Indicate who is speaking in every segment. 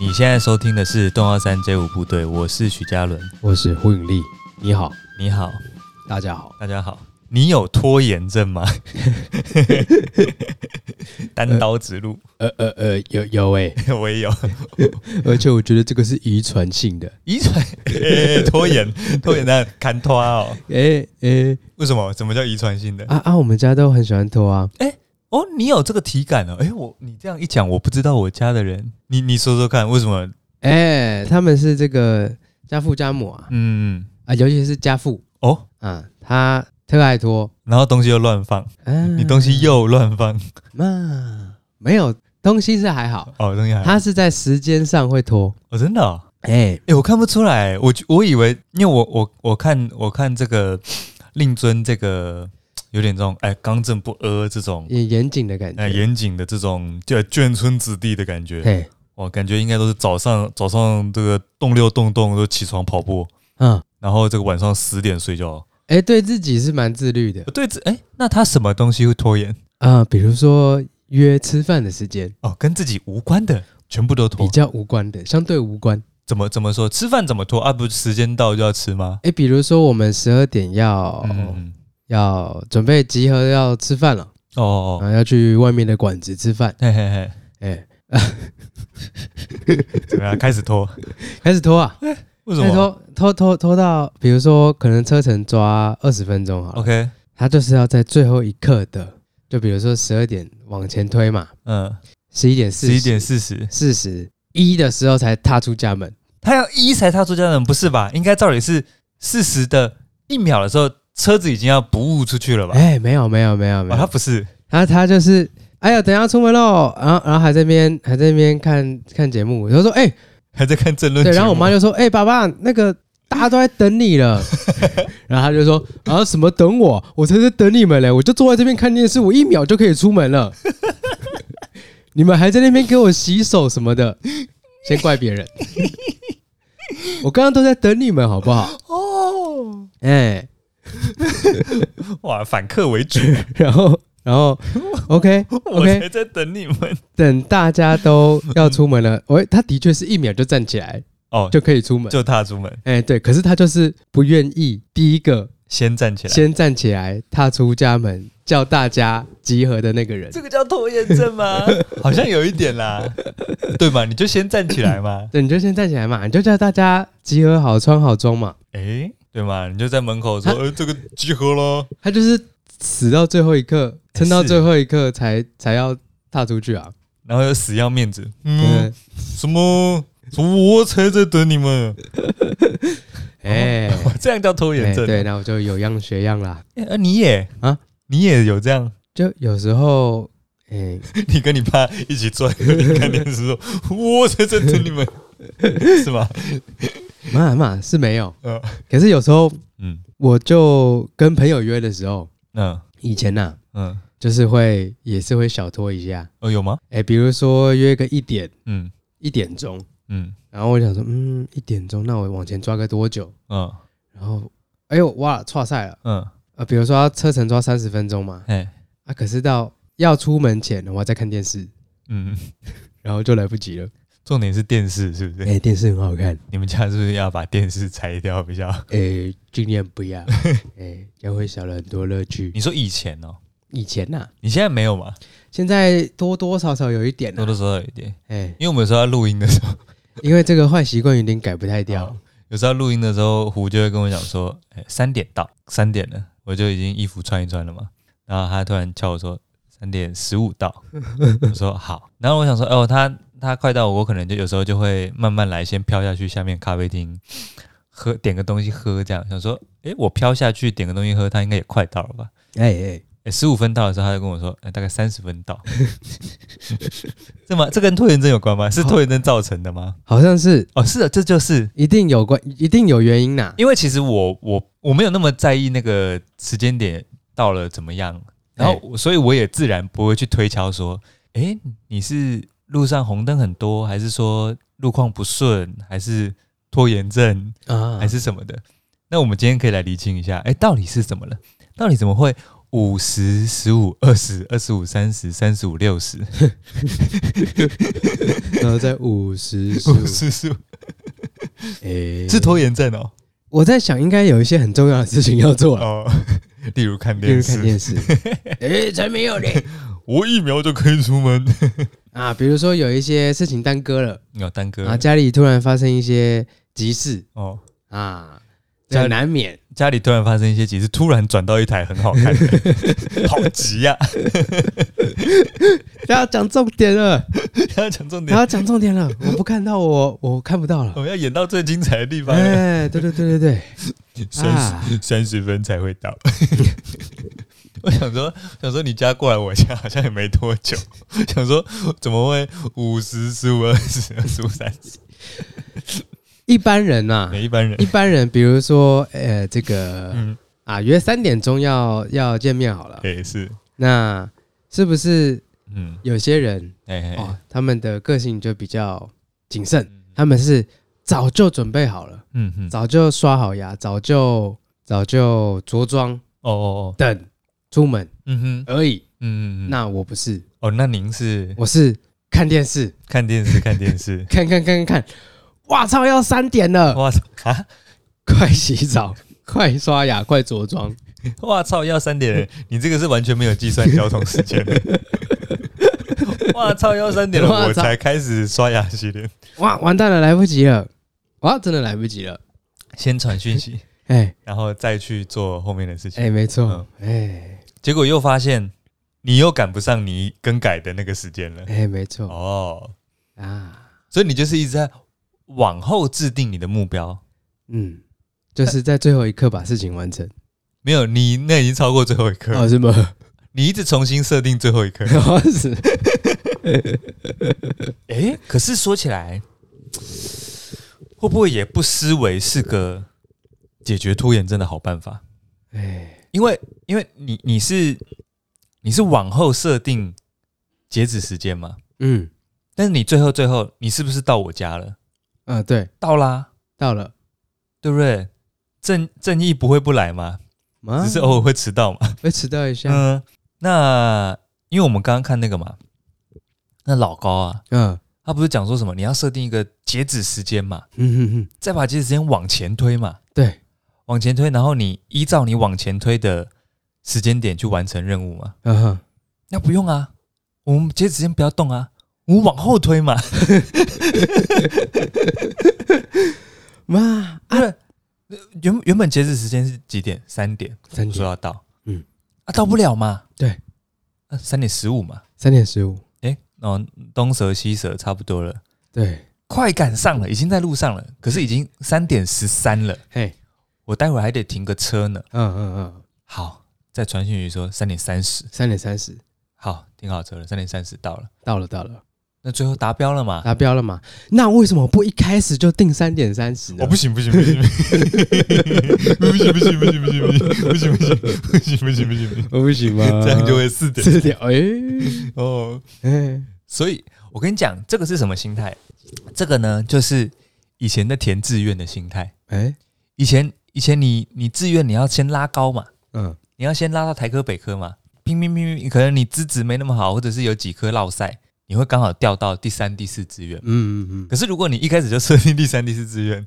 Speaker 1: 你现在收听的是《动二三街舞部队》，我是许嘉伦。
Speaker 2: 我是胡永利，你好，
Speaker 1: 你好，
Speaker 2: 大家好。
Speaker 1: 大家好。你有拖延症吗？ 单刀直入，
Speaker 2: 呃呃呃，有有诶、
Speaker 1: 我也有。
Speaker 2: 而且我觉得这个是遗传性的。
Speaker 1: 遗传、欸 拖延，拖延那看拖哦？
Speaker 2: 诶、诶、
Speaker 1: 为什么？什么叫遗传性的？
Speaker 2: 啊啊，我们家都很喜欢偷啊。
Speaker 1: 哦，你有这个体感哦？哎、我你这样一讲，我不知道我家的人，你你说说看，为什么？
Speaker 2: 诶、他们是这个家父家母啊，
Speaker 1: 嗯，
Speaker 2: 啊，尤其是家父
Speaker 1: 哦，
Speaker 2: 啊，他特爱拖。
Speaker 1: 然后东西又乱放，
Speaker 2: 嗯、
Speaker 1: 你东西又乱放，
Speaker 2: 嘛没有东西是还好，
Speaker 1: 哦，东西还
Speaker 2: 他是在时间上会拖。
Speaker 1: 哦，真的、哦。
Speaker 2: 诶、
Speaker 1: 哎、我看不出来，我觉我以为，因为我我我看我看这个令尊这个有点这种哎刚正不阿这种
Speaker 2: 也严谨的感觉。
Speaker 1: 哎严谨的这种就眷村子弟的感觉，
Speaker 2: 嘿，
Speaker 1: 我感觉应该都是早上早上这个动六动动都起床跑步，
Speaker 2: 嗯，
Speaker 1: 然后这个晚上十点睡觉。
Speaker 2: 诶、对自己是蛮自律的
Speaker 1: 不。对，这哎那他什么东西会拖延？
Speaker 2: 啊、比如说约吃饭的时间，
Speaker 1: 哦，跟自己无关的全部都
Speaker 2: 比
Speaker 1: 拖。
Speaker 2: 较无关的，相对无关。
Speaker 1: 怎么怎么说？吃饭怎么拖啊？不是时间到就要吃吗？
Speaker 2: 哎，比如说我们十二点要、
Speaker 1: 嗯，
Speaker 2: 要准备集合要吃饭了，
Speaker 1: 哦哦
Speaker 2: 然
Speaker 1: 哦，
Speaker 2: 后要去外面的馆子吃饭，
Speaker 1: 嘿嘿嘿，
Speaker 2: 哎，
Speaker 1: 怎么样？开始拖？
Speaker 2: 开始拖啊，
Speaker 1: 为什
Speaker 2: 开
Speaker 1: 么
Speaker 2: 始拖拖拖拖到，比如说可能车程抓二十分钟好了，
Speaker 1: ？OK，
Speaker 2: 他就是要在最后一刻的，就比如说十二点往前推嘛，
Speaker 1: 嗯。
Speaker 2: 十一点四
Speaker 1: 十一点四十，
Speaker 2: 四十一的时候才踏出家门，
Speaker 1: 他要一才踏出家门，不是吧？应该照理是四十的一秒的时候，车子已经要不误出去了吧？
Speaker 2: 哎，没有没有没有没
Speaker 1: 哦，他
Speaker 2: 有，
Speaker 1: 不是，
Speaker 2: 他他就是。哎呀，等一下要出门喽，然后然后还在那边还在那边看看节目，然后说，哎、
Speaker 1: 还在看争论。
Speaker 2: 对，然后我妈，就说：“哎、爸爸，那个大家都在等 你了。”然后她就说：“啊，什么等我？我才在等你们嘞！我就坐在这边看电视，我一秒就可以出门了。 你们还在那边给我洗手什么的，先怪别人。 我刚刚都在等你们，好不好？
Speaker 1: 哦，
Speaker 2: 哎、
Speaker 1: 哇，反客为主，
Speaker 2: 然后，然后，OK
Speaker 1: 我
Speaker 2: OK，
Speaker 1: 才在等你们。
Speaker 2: 等大家都要出门了， 喂、他的确是一秒就站起来
Speaker 1: 哦，就
Speaker 2: 就可以出门。
Speaker 1: 就踏出门，
Speaker 2: 哎、对，可是他就是不愿意第一个
Speaker 1: 先站起来。
Speaker 2: 先站起来，踏出家门，叫大家集合的那个人
Speaker 1: 这。个叫拖延症 吗？好像有一点啦，对嘛？你就先站起来 嘛，
Speaker 2: 对，你就先站起来嘛，你就叫大家集合好，穿好装嘛。
Speaker 1: 诶，对嘛？你就在门口说，
Speaker 2: 他
Speaker 1: 呃，这个集合咯。
Speaker 2: 他就是死到最后一刻，撑到
Speaker 1: 是
Speaker 2: 最后一刻才才要踏出去啊。
Speaker 1: 然后又死要面子，嗯，
Speaker 2: 嗯，
Speaker 1: 什么？我才在等你 们，
Speaker 2: 哎，
Speaker 1: 这样叫拖延
Speaker 2: 哎
Speaker 1: 症。
Speaker 2: 对，那我就有样学样啦。
Speaker 1: 欸呃，你也
Speaker 2: 啊，
Speaker 1: 你也有这样？
Speaker 2: 就有时候，哎，
Speaker 1: 你跟你爸一起坐在那边看电视说，我在这等你 们，是吗？
Speaker 2: 嘛嘛是没有，
Speaker 1: 嗯
Speaker 2: 可是有时候
Speaker 1: 嗯
Speaker 2: 我就跟朋友约的时候，
Speaker 1: 嗯
Speaker 2: 以前呐、
Speaker 1: 嗯，
Speaker 2: 就是会也是会小拖一下。
Speaker 1: 哦，有吗？
Speaker 2: 哎，比如说约个一点
Speaker 1: 嗯
Speaker 2: 一点钟。
Speaker 1: 嗯
Speaker 2: 然后我想说，嗯，一点钟，那我往前抓个多久？
Speaker 1: 嗯
Speaker 2: 然后，哎呦，哇，错赛了。
Speaker 1: 嗯，
Speaker 2: 呃，比如说要车程抓三十分钟嘛，
Speaker 1: 哎
Speaker 2: 啊，可是到要出门前，我还在看电视，
Speaker 1: 嗯，
Speaker 2: 然后就来不及了。
Speaker 1: 重点是电视是不是？
Speaker 2: 哎，电视很好看，
Speaker 1: 你们家是不是要把电视拆掉比较好？
Speaker 2: 哎，尽量不 要，哎，要会少了很多乐趣。
Speaker 1: 你说以前哦，
Speaker 2: 以前呐、
Speaker 1: 你现在没有吗？
Speaker 2: 现在多多少少有一点
Speaker 1: 多
Speaker 2: 啊，
Speaker 1: 多少少有一点，
Speaker 2: 哎，
Speaker 1: 因为我们有时候要录音的时候，
Speaker 2: 因为这个坏习惯有点改不太掉
Speaker 1: 哦。有时候录音的时候，胡就会跟我讲说，哎、三点到，三点了，我就已经衣服穿一穿了嘛。然后他突然叫我说，三点十五到， 我说好。然后我想说，哦，他他快到我，我可能就有时候就会慢慢来，先飘下去下面咖啡厅喝点个东西喝，这样想说，哎、我飘下去点个东西喝，他应该也快到了吧？
Speaker 2: 哎哎，
Speaker 1: 哎、十五分到的时候，他就跟我说，哎、大概三十分到。 这么这跟拖延症有关吗？是拖延症造成的吗？
Speaker 2: 好像是
Speaker 1: 哦，是的，这就是
Speaker 2: 一定有关，一定有原因呐、
Speaker 1: 因为其实我我我没有那么在意那个时间点到了怎么样，然后我所以我也自然不会去推敲说，诶，你是路上红灯很多，还是说路况不顺，还是拖延症，
Speaker 2: 啊。
Speaker 1: 还是什么的？那我们今天可以来厘清一下，诶，到底是怎么了？到底怎么会五十、十五、二十、二十五、三十、三十五、六十、
Speaker 2: 然后在 五十数，
Speaker 1: 五十、十五，
Speaker 2: 哎，
Speaker 1: 是拖延症哦。
Speaker 2: 我在想，应该有一些很重要的事情要做了，
Speaker 1: 哦， 例如看
Speaker 2: 嗯例
Speaker 1: 电
Speaker 2: 如
Speaker 1: 视，
Speaker 2: 看电 视。哎，才没有嘞
Speaker 1: 我疫苗就可以出门。
Speaker 2: 啊！比如说有一些事情耽搁了
Speaker 1: 有耽搁
Speaker 2: 啊，家里突然发生一些急事
Speaker 1: 哦，
Speaker 2: 啊，
Speaker 1: 家
Speaker 2: 这
Speaker 1: 里
Speaker 2: 难免。
Speaker 1: 家里突然发生一些急事，突然转到一台很好看的， 好急啊呀、
Speaker 2: 不要讲重点 了，
Speaker 1: 要讲重
Speaker 2: 不
Speaker 1: 点，
Speaker 2: 要讲重点了，我不看到我我看不到
Speaker 1: 我
Speaker 2: 了。
Speaker 1: 们要演到最精彩的地方了，
Speaker 2: 哎，对对对对对，
Speaker 1: 三十
Speaker 2: 啊
Speaker 1: 三十分才会到。 我想说，想说你家过来我家好像也没多久，想说怎么会五十、十五、二十、二十五、三十？
Speaker 2: 一般人呐、
Speaker 1: 每一般人
Speaker 2: 一，般人，比如说，呃，这个
Speaker 1: 嗯，
Speaker 2: 啊，约三点钟要要见面好了，
Speaker 1: 也是，
Speaker 2: 那是不是
Speaker 1: 嗯，
Speaker 2: 有些人
Speaker 1: 哎哎，
Speaker 2: 哦
Speaker 1: 哎，
Speaker 2: 他们的个性就比较谨慎，他们是早就准备好了，
Speaker 1: 嗯嗯，
Speaker 2: 早就刷好牙，早就早就着装
Speaker 1: 哦哦哦，
Speaker 2: 等出门
Speaker 1: 嗯哼，
Speaker 2: 而已。
Speaker 1: 嗯嗯嗯，
Speaker 2: 那我不是，
Speaker 1: 哦，那您是
Speaker 2: 我是看电视，，
Speaker 1: 看电视看电视
Speaker 2: 看看看看看，哇操，要三点了，
Speaker 1: 哇操啊！
Speaker 2: 快洗澡，快刷牙，快着装。
Speaker 1: 哇操，要三 点了，你这个是完全没有计算交通时 间的。哇操，要三点了，
Speaker 2: 哇
Speaker 1: 我
Speaker 2: 操
Speaker 1: 才开始刷牙洗脸，
Speaker 2: 哇，完蛋了，来不及了！哇，真的来不及了！
Speaker 1: 先传讯息，
Speaker 2: 哎
Speaker 1: 然后再去做后面的事情。
Speaker 2: 哎，没错，哎
Speaker 1: 结果又发现你又赶不上你更改的那个时间了。
Speaker 2: 哎，没错
Speaker 1: 哦，
Speaker 2: 啊，
Speaker 1: 所以你就是一直在往后制定你的目标，
Speaker 2: 嗯，就是在最后一刻把事情完成。
Speaker 1: 没有你那已经超过最后一刻，
Speaker 2: 哦，是吗？
Speaker 1: 你一直重新设定最后一刻。
Speaker 2: 哦是，
Speaker 1: 诶，可是说起来，会不会也不失为是个解决拖延症的好办法？
Speaker 2: 哎，
Speaker 1: 因为因为你你是你是往后设定截止时间嘛，
Speaker 2: 嗯
Speaker 1: 但是你最后最后你是不是到我家了？
Speaker 2: 啊，对，
Speaker 1: 到啦，
Speaker 2: 到了，
Speaker 1: 对不对？正正义不会不来嘛，
Speaker 2: 啊
Speaker 1: 只是偶尔会迟到嘛。
Speaker 2: 会迟到一下。
Speaker 1: 嗯，那因为我们刚刚看那个嘛，那老高啊，
Speaker 2: 嗯
Speaker 1: 他不是讲说什么你要设定一个截止时间嘛，
Speaker 2: 嗯哼哼，
Speaker 1: 再把截止时间往前推嘛，
Speaker 2: 对，
Speaker 1: 往前推，然后你依照你往前推的时间点去完成任务嘛。
Speaker 2: 嗯哼，
Speaker 1: 那不用啊，我们截止时间不要动啊，我们往后推嘛。
Speaker 2: 妈，
Speaker 1: 啊，原原本截止时间是几点？三点，
Speaker 2: 三
Speaker 1: 说
Speaker 2: 点
Speaker 1: 要到，
Speaker 2: 嗯
Speaker 1: 嗯，啊，到不了嘛。
Speaker 2: 对，
Speaker 1: 啊，三点十五嘛。
Speaker 2: 三点十五，
Speaker 1: 诶，哦，东折西折，差不多了，
Speaker 2: 对，
Speaker 1: 快赶上了，已经在路上了。可是已经三点十三了，
Speaker 2: 嘿，
Speaker 1: 我待会还得停个车呢。
Speaker 2: 嗯嗯嗯，
Speaker 1: 好，再传讯息说三点三十，
Speaker 2: 三点三十
Speaker 1: 好，停好车了，三点三十到了。
Speaker 2: 到了，到了，
Speaker 1: 那最后达标了嘛？
Speaker 2: 达标了嘛？那为什么不一开始就定三点三十呢？
Speaker 1: 哦，不行不行不行不行不行不行不行不行不行不行不行不行不行不行，
Speaker 2: 我不行吗？
Speaker 1: 这样就会四点
Speaker 2: 四点，哎、
Speaker 1: 哦。
Speaker 2: 哎，
Speaker 1: 所以我跟你讲，这个是什么心态？这个呢，就是以前的填志愿的心态。
Speaker 2: 哎，
Speaker 1: 以前以前你你志愿你要先拉高嘛，
Speaker 2: 嗯，
Speaker 1: 你要先拉到台科北科嘛，拼拼拼拼，可能你资质没那么好，或者是有几科落赛，你会刚好掉到第三、第四志愿。
Speaker 2: 嗯嗯
Speaker 1: 可是如果你一开始就设定第三、第四志愿，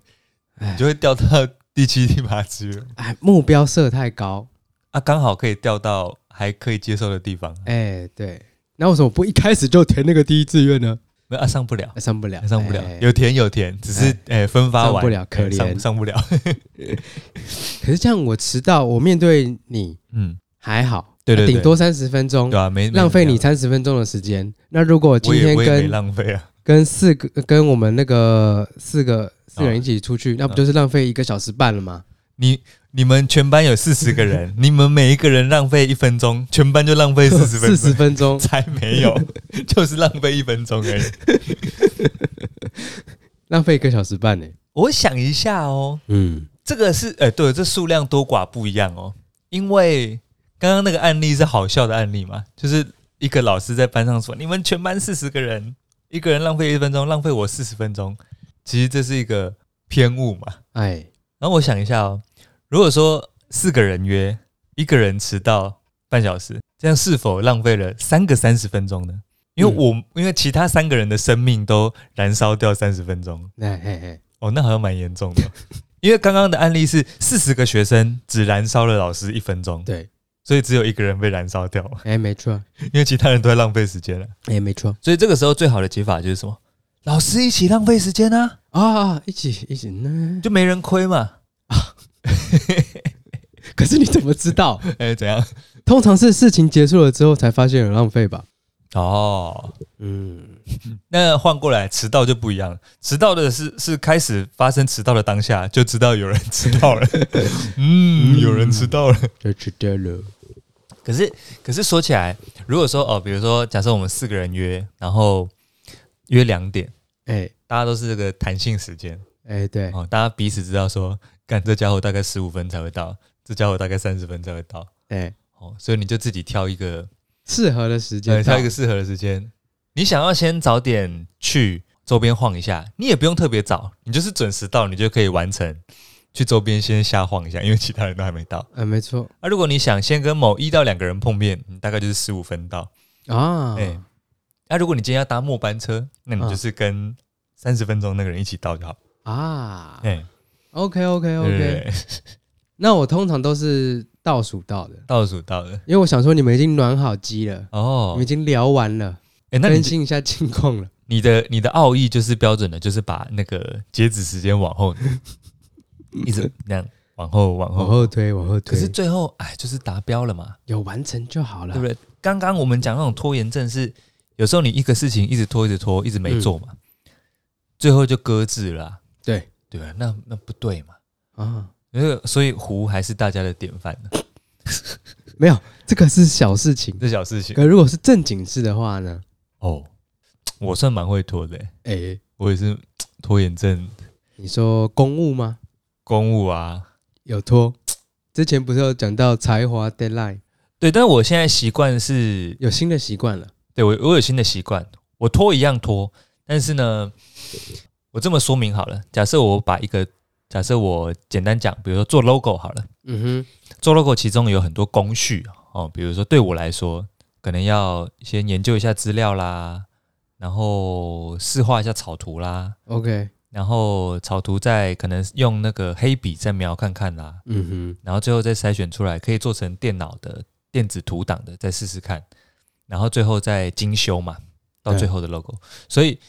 Speaker 2: 嗯，
Speaker 1: 你就会掉到第七、第八志愿。
Speaker 2: 哎，目标设太高，
Speaker 1: 啊，刚好可以调到还可以接受的地方，
Speaker 2: 哎，对，那为什么不一开始就填那个第一志愿呢？
Speaker 1: 没有啊，上不了，
Speaker 2: 上不了，
Speaker 1: 上不了，
Speaker 2: 哎
Speaker 1: 有填有填，只是哎、分发完
Speaker 2: 上不了可
Speaker 1: 哎上
Speaker 2: 怜
Speaker 1: 上不了，
Speaker 2: 可是这样我迟到，我面对你
Speaker 1: 嗯，
Speaker 2: 还好，
Speaker 1: 对对对
Speaker 2: 顶多三十分钟
Speaker 1: 对，啊，没没
Speaker 2: 浪费你
Speaker 1: 怎么
Speaker 2: 三十分钟的时间。那如果我今
Speaker 1: 样
Speaker 2: 天
Speaker 1: 我也我也没
Speaker 2: 跟
Speaker 1: 浪费啊，
Speaker 2: 跟四个跟我们那个四个四个
Speaker 1: 啊
Speaker 2: 人一起出去，那不就是浪费一个小时半了吗？
Speaker 1: 你你们全班有四十个人， 你们每一个人浪费一分钟，全班就浪费四十分
Speaker 2: 四十
Speaker 1: 钟。
Speaker 2: 分钟，
Speaker 1: 才没有，就是浪费一分钟而已。
Speaker 2: 浪费一个小时半呢。
Speaker 1: 我想一下哦，
Speaker 2: 嗯，
Speaker 1: 这个是哎、对，这数量多寡不一样哦。因为刚刚那个案例是好笑的案例嘛，就是一个老师在班上说：“你们全班四十个人，一个人浪费一分钟，浪费我四十分钟。”其实这是一个偏误嘛。
Speaker 2: 哎，
Speaker 1: 然后我想一下哦，如果说四个人约，一个人迟到，半小时，这样是否浪费了三个三十分钟呢？因为我、因为其他三个人的生命都燃烧掉三十分钟，
Speaker 2: 哎嘿嘿，
Speaker 1: 哦，那好像蛮严重的。 因为刚刚的案例是四十个学生只燃烧了老师一分钟，
Speaker 2: 对，
Speaker 1: 所以只有一个人被燃烧掉，
Speaker 2: 哎，没错，
Speaker 1: 因为其他人都在浪费时间了。
Speaker 2: 哎，没错
Speaker 1: 所以这个时候最好的解法就是什么？老师一起浪费时间啊，
Speaker 2: 啊，一起一起呢。
Speaker 1: 就没人亏嘛。
Speaker 2: 可是你怎么知道？
Speaker 1: 哎、怎样？
Speaker 2: 通常是事情结束了之后才发现很浪费吧？
Speaker 1: 哦，
Speaker 2: 嗯，
Speaker 1: 那换过来，迟到就不一样了。迟到的是是开始发生迟到的当下，就知道有人迟到 了。嗯，有人迟到了。
Speaker 2: 就知道了。
Speaker 1: 可是可是说起来，如果说哦，比如说假设我们四个人约，然后约两点，
Speaker 2: 哎
Speaker 1: 大家都是这个弹性时间
Speaker 2: 哎，对，
Speaker 1: 哦，大家彼此知道说，干这家伙大概十五分才会到，这家伙大概三十分才会到
Speaker 2: 哎，
Speaker 1: 哦，所以你就自己挑一个
Speaker 2: 适合的时
Speaker 1: 对，
Speaker 2: 间到，
Speaker 1: 哎挑一个适合的时间。你想要先早点去周边晃一下，你也不用特别早，你就是准时到，你就可以完成去周边先瞎晃一下，因为其他人都还没到。
Speaker 2: 啊，没错
Speaker 1: 啊，如果你想先跟某一到两个人碰面，你大概就是十五分到。
Speaker 2: 啊，
Speaker 1: 哎、那、如果你今天要搭末班车，那你就是跟三十分钟那个人一起到就好。
Speaker 2: 啊
Speaker 1: 哎、
Speaker 2: ，OK OK
Speaker 1: 对对
Speaker 2: OK，
Speaker 1: 对，
Speaker 2: 那我通常都是倒数到的，
Speaker 1: 倒数到了。
Speaker 2: 因为我想说你们已经暖好机了，你
Speaker 1: 哦
Speaker 2: 们已，经聊完了，
Speaker 1: 哎、那
Speaker 2: 更
Speaker 1: 你
Speaker 2: 新一下近况了。
Speaker 1: 你的你的奥义就是标准的，就是把那个截止时间往后， 一直那样往后往
Speaker 2: 嗯往
Speaker 1: 后
Speaker 2: 后推，往后
Speaker 1: 哦可
Speaker 2: 推
Speaker 1: 是，最后，哎，就是达标了嘛，
Speaker 2: 有完成就好了，
Speaker 1: 对不对？刚刚我们讲那种拖延症是，有时候你一个事情一直拖，一直拖，一直
Speaker 2: 嗯
Speaker 1: 没做嘛，最后就搁置了啊、
Speaker 2: 对？
Speaker 1: 对吧？那那不对嘛。
Speaker 2: 啊，
Speaker 1: 那个所以胡还是大家的典范呢，
Speaker 2: 没有，这个是小事情。
Speaker 1: 这小事情
Speaker 2: 可如果是正经事的话呢？
Speaker 1: 哦，我算蛮会拖的欸，
Speaker 2: 哎、
Speaker 1: 我也是拖延症
Speaker 2: 你说公务吗？
Speaker 1: 公务啊。
Speaker 2: 有拖。之前不是有讲到才华 deadline，
Speaker 1: 对，但我现在习惯是，
Speaker 2: 有新的习惯了。
Speaker 1: 对我我有新的习惯，我拖一样拖，但是呢，我这么说明好了，假设我把一个，假设我简单讲，比如说做 logo 好了。
Speaker 2: 嗯哼，
Speaker 1: 做 logo 其中有很多工序哦，比如说对我来说，可能要先研究一下资料啦，然后试画一下草图啦，
Speaker 2: OK，
Speaker 1: 然后草图再可能用那个黑笔再描看看啦，
Speaker 2: 嗯
Speaker 1: 然后最后再筛选出来可以做成电脑的电子图档的，再试试看，然后最后再精修嘛，到
Speaker 2: 对
Speaker 1: 最后的 logo。所以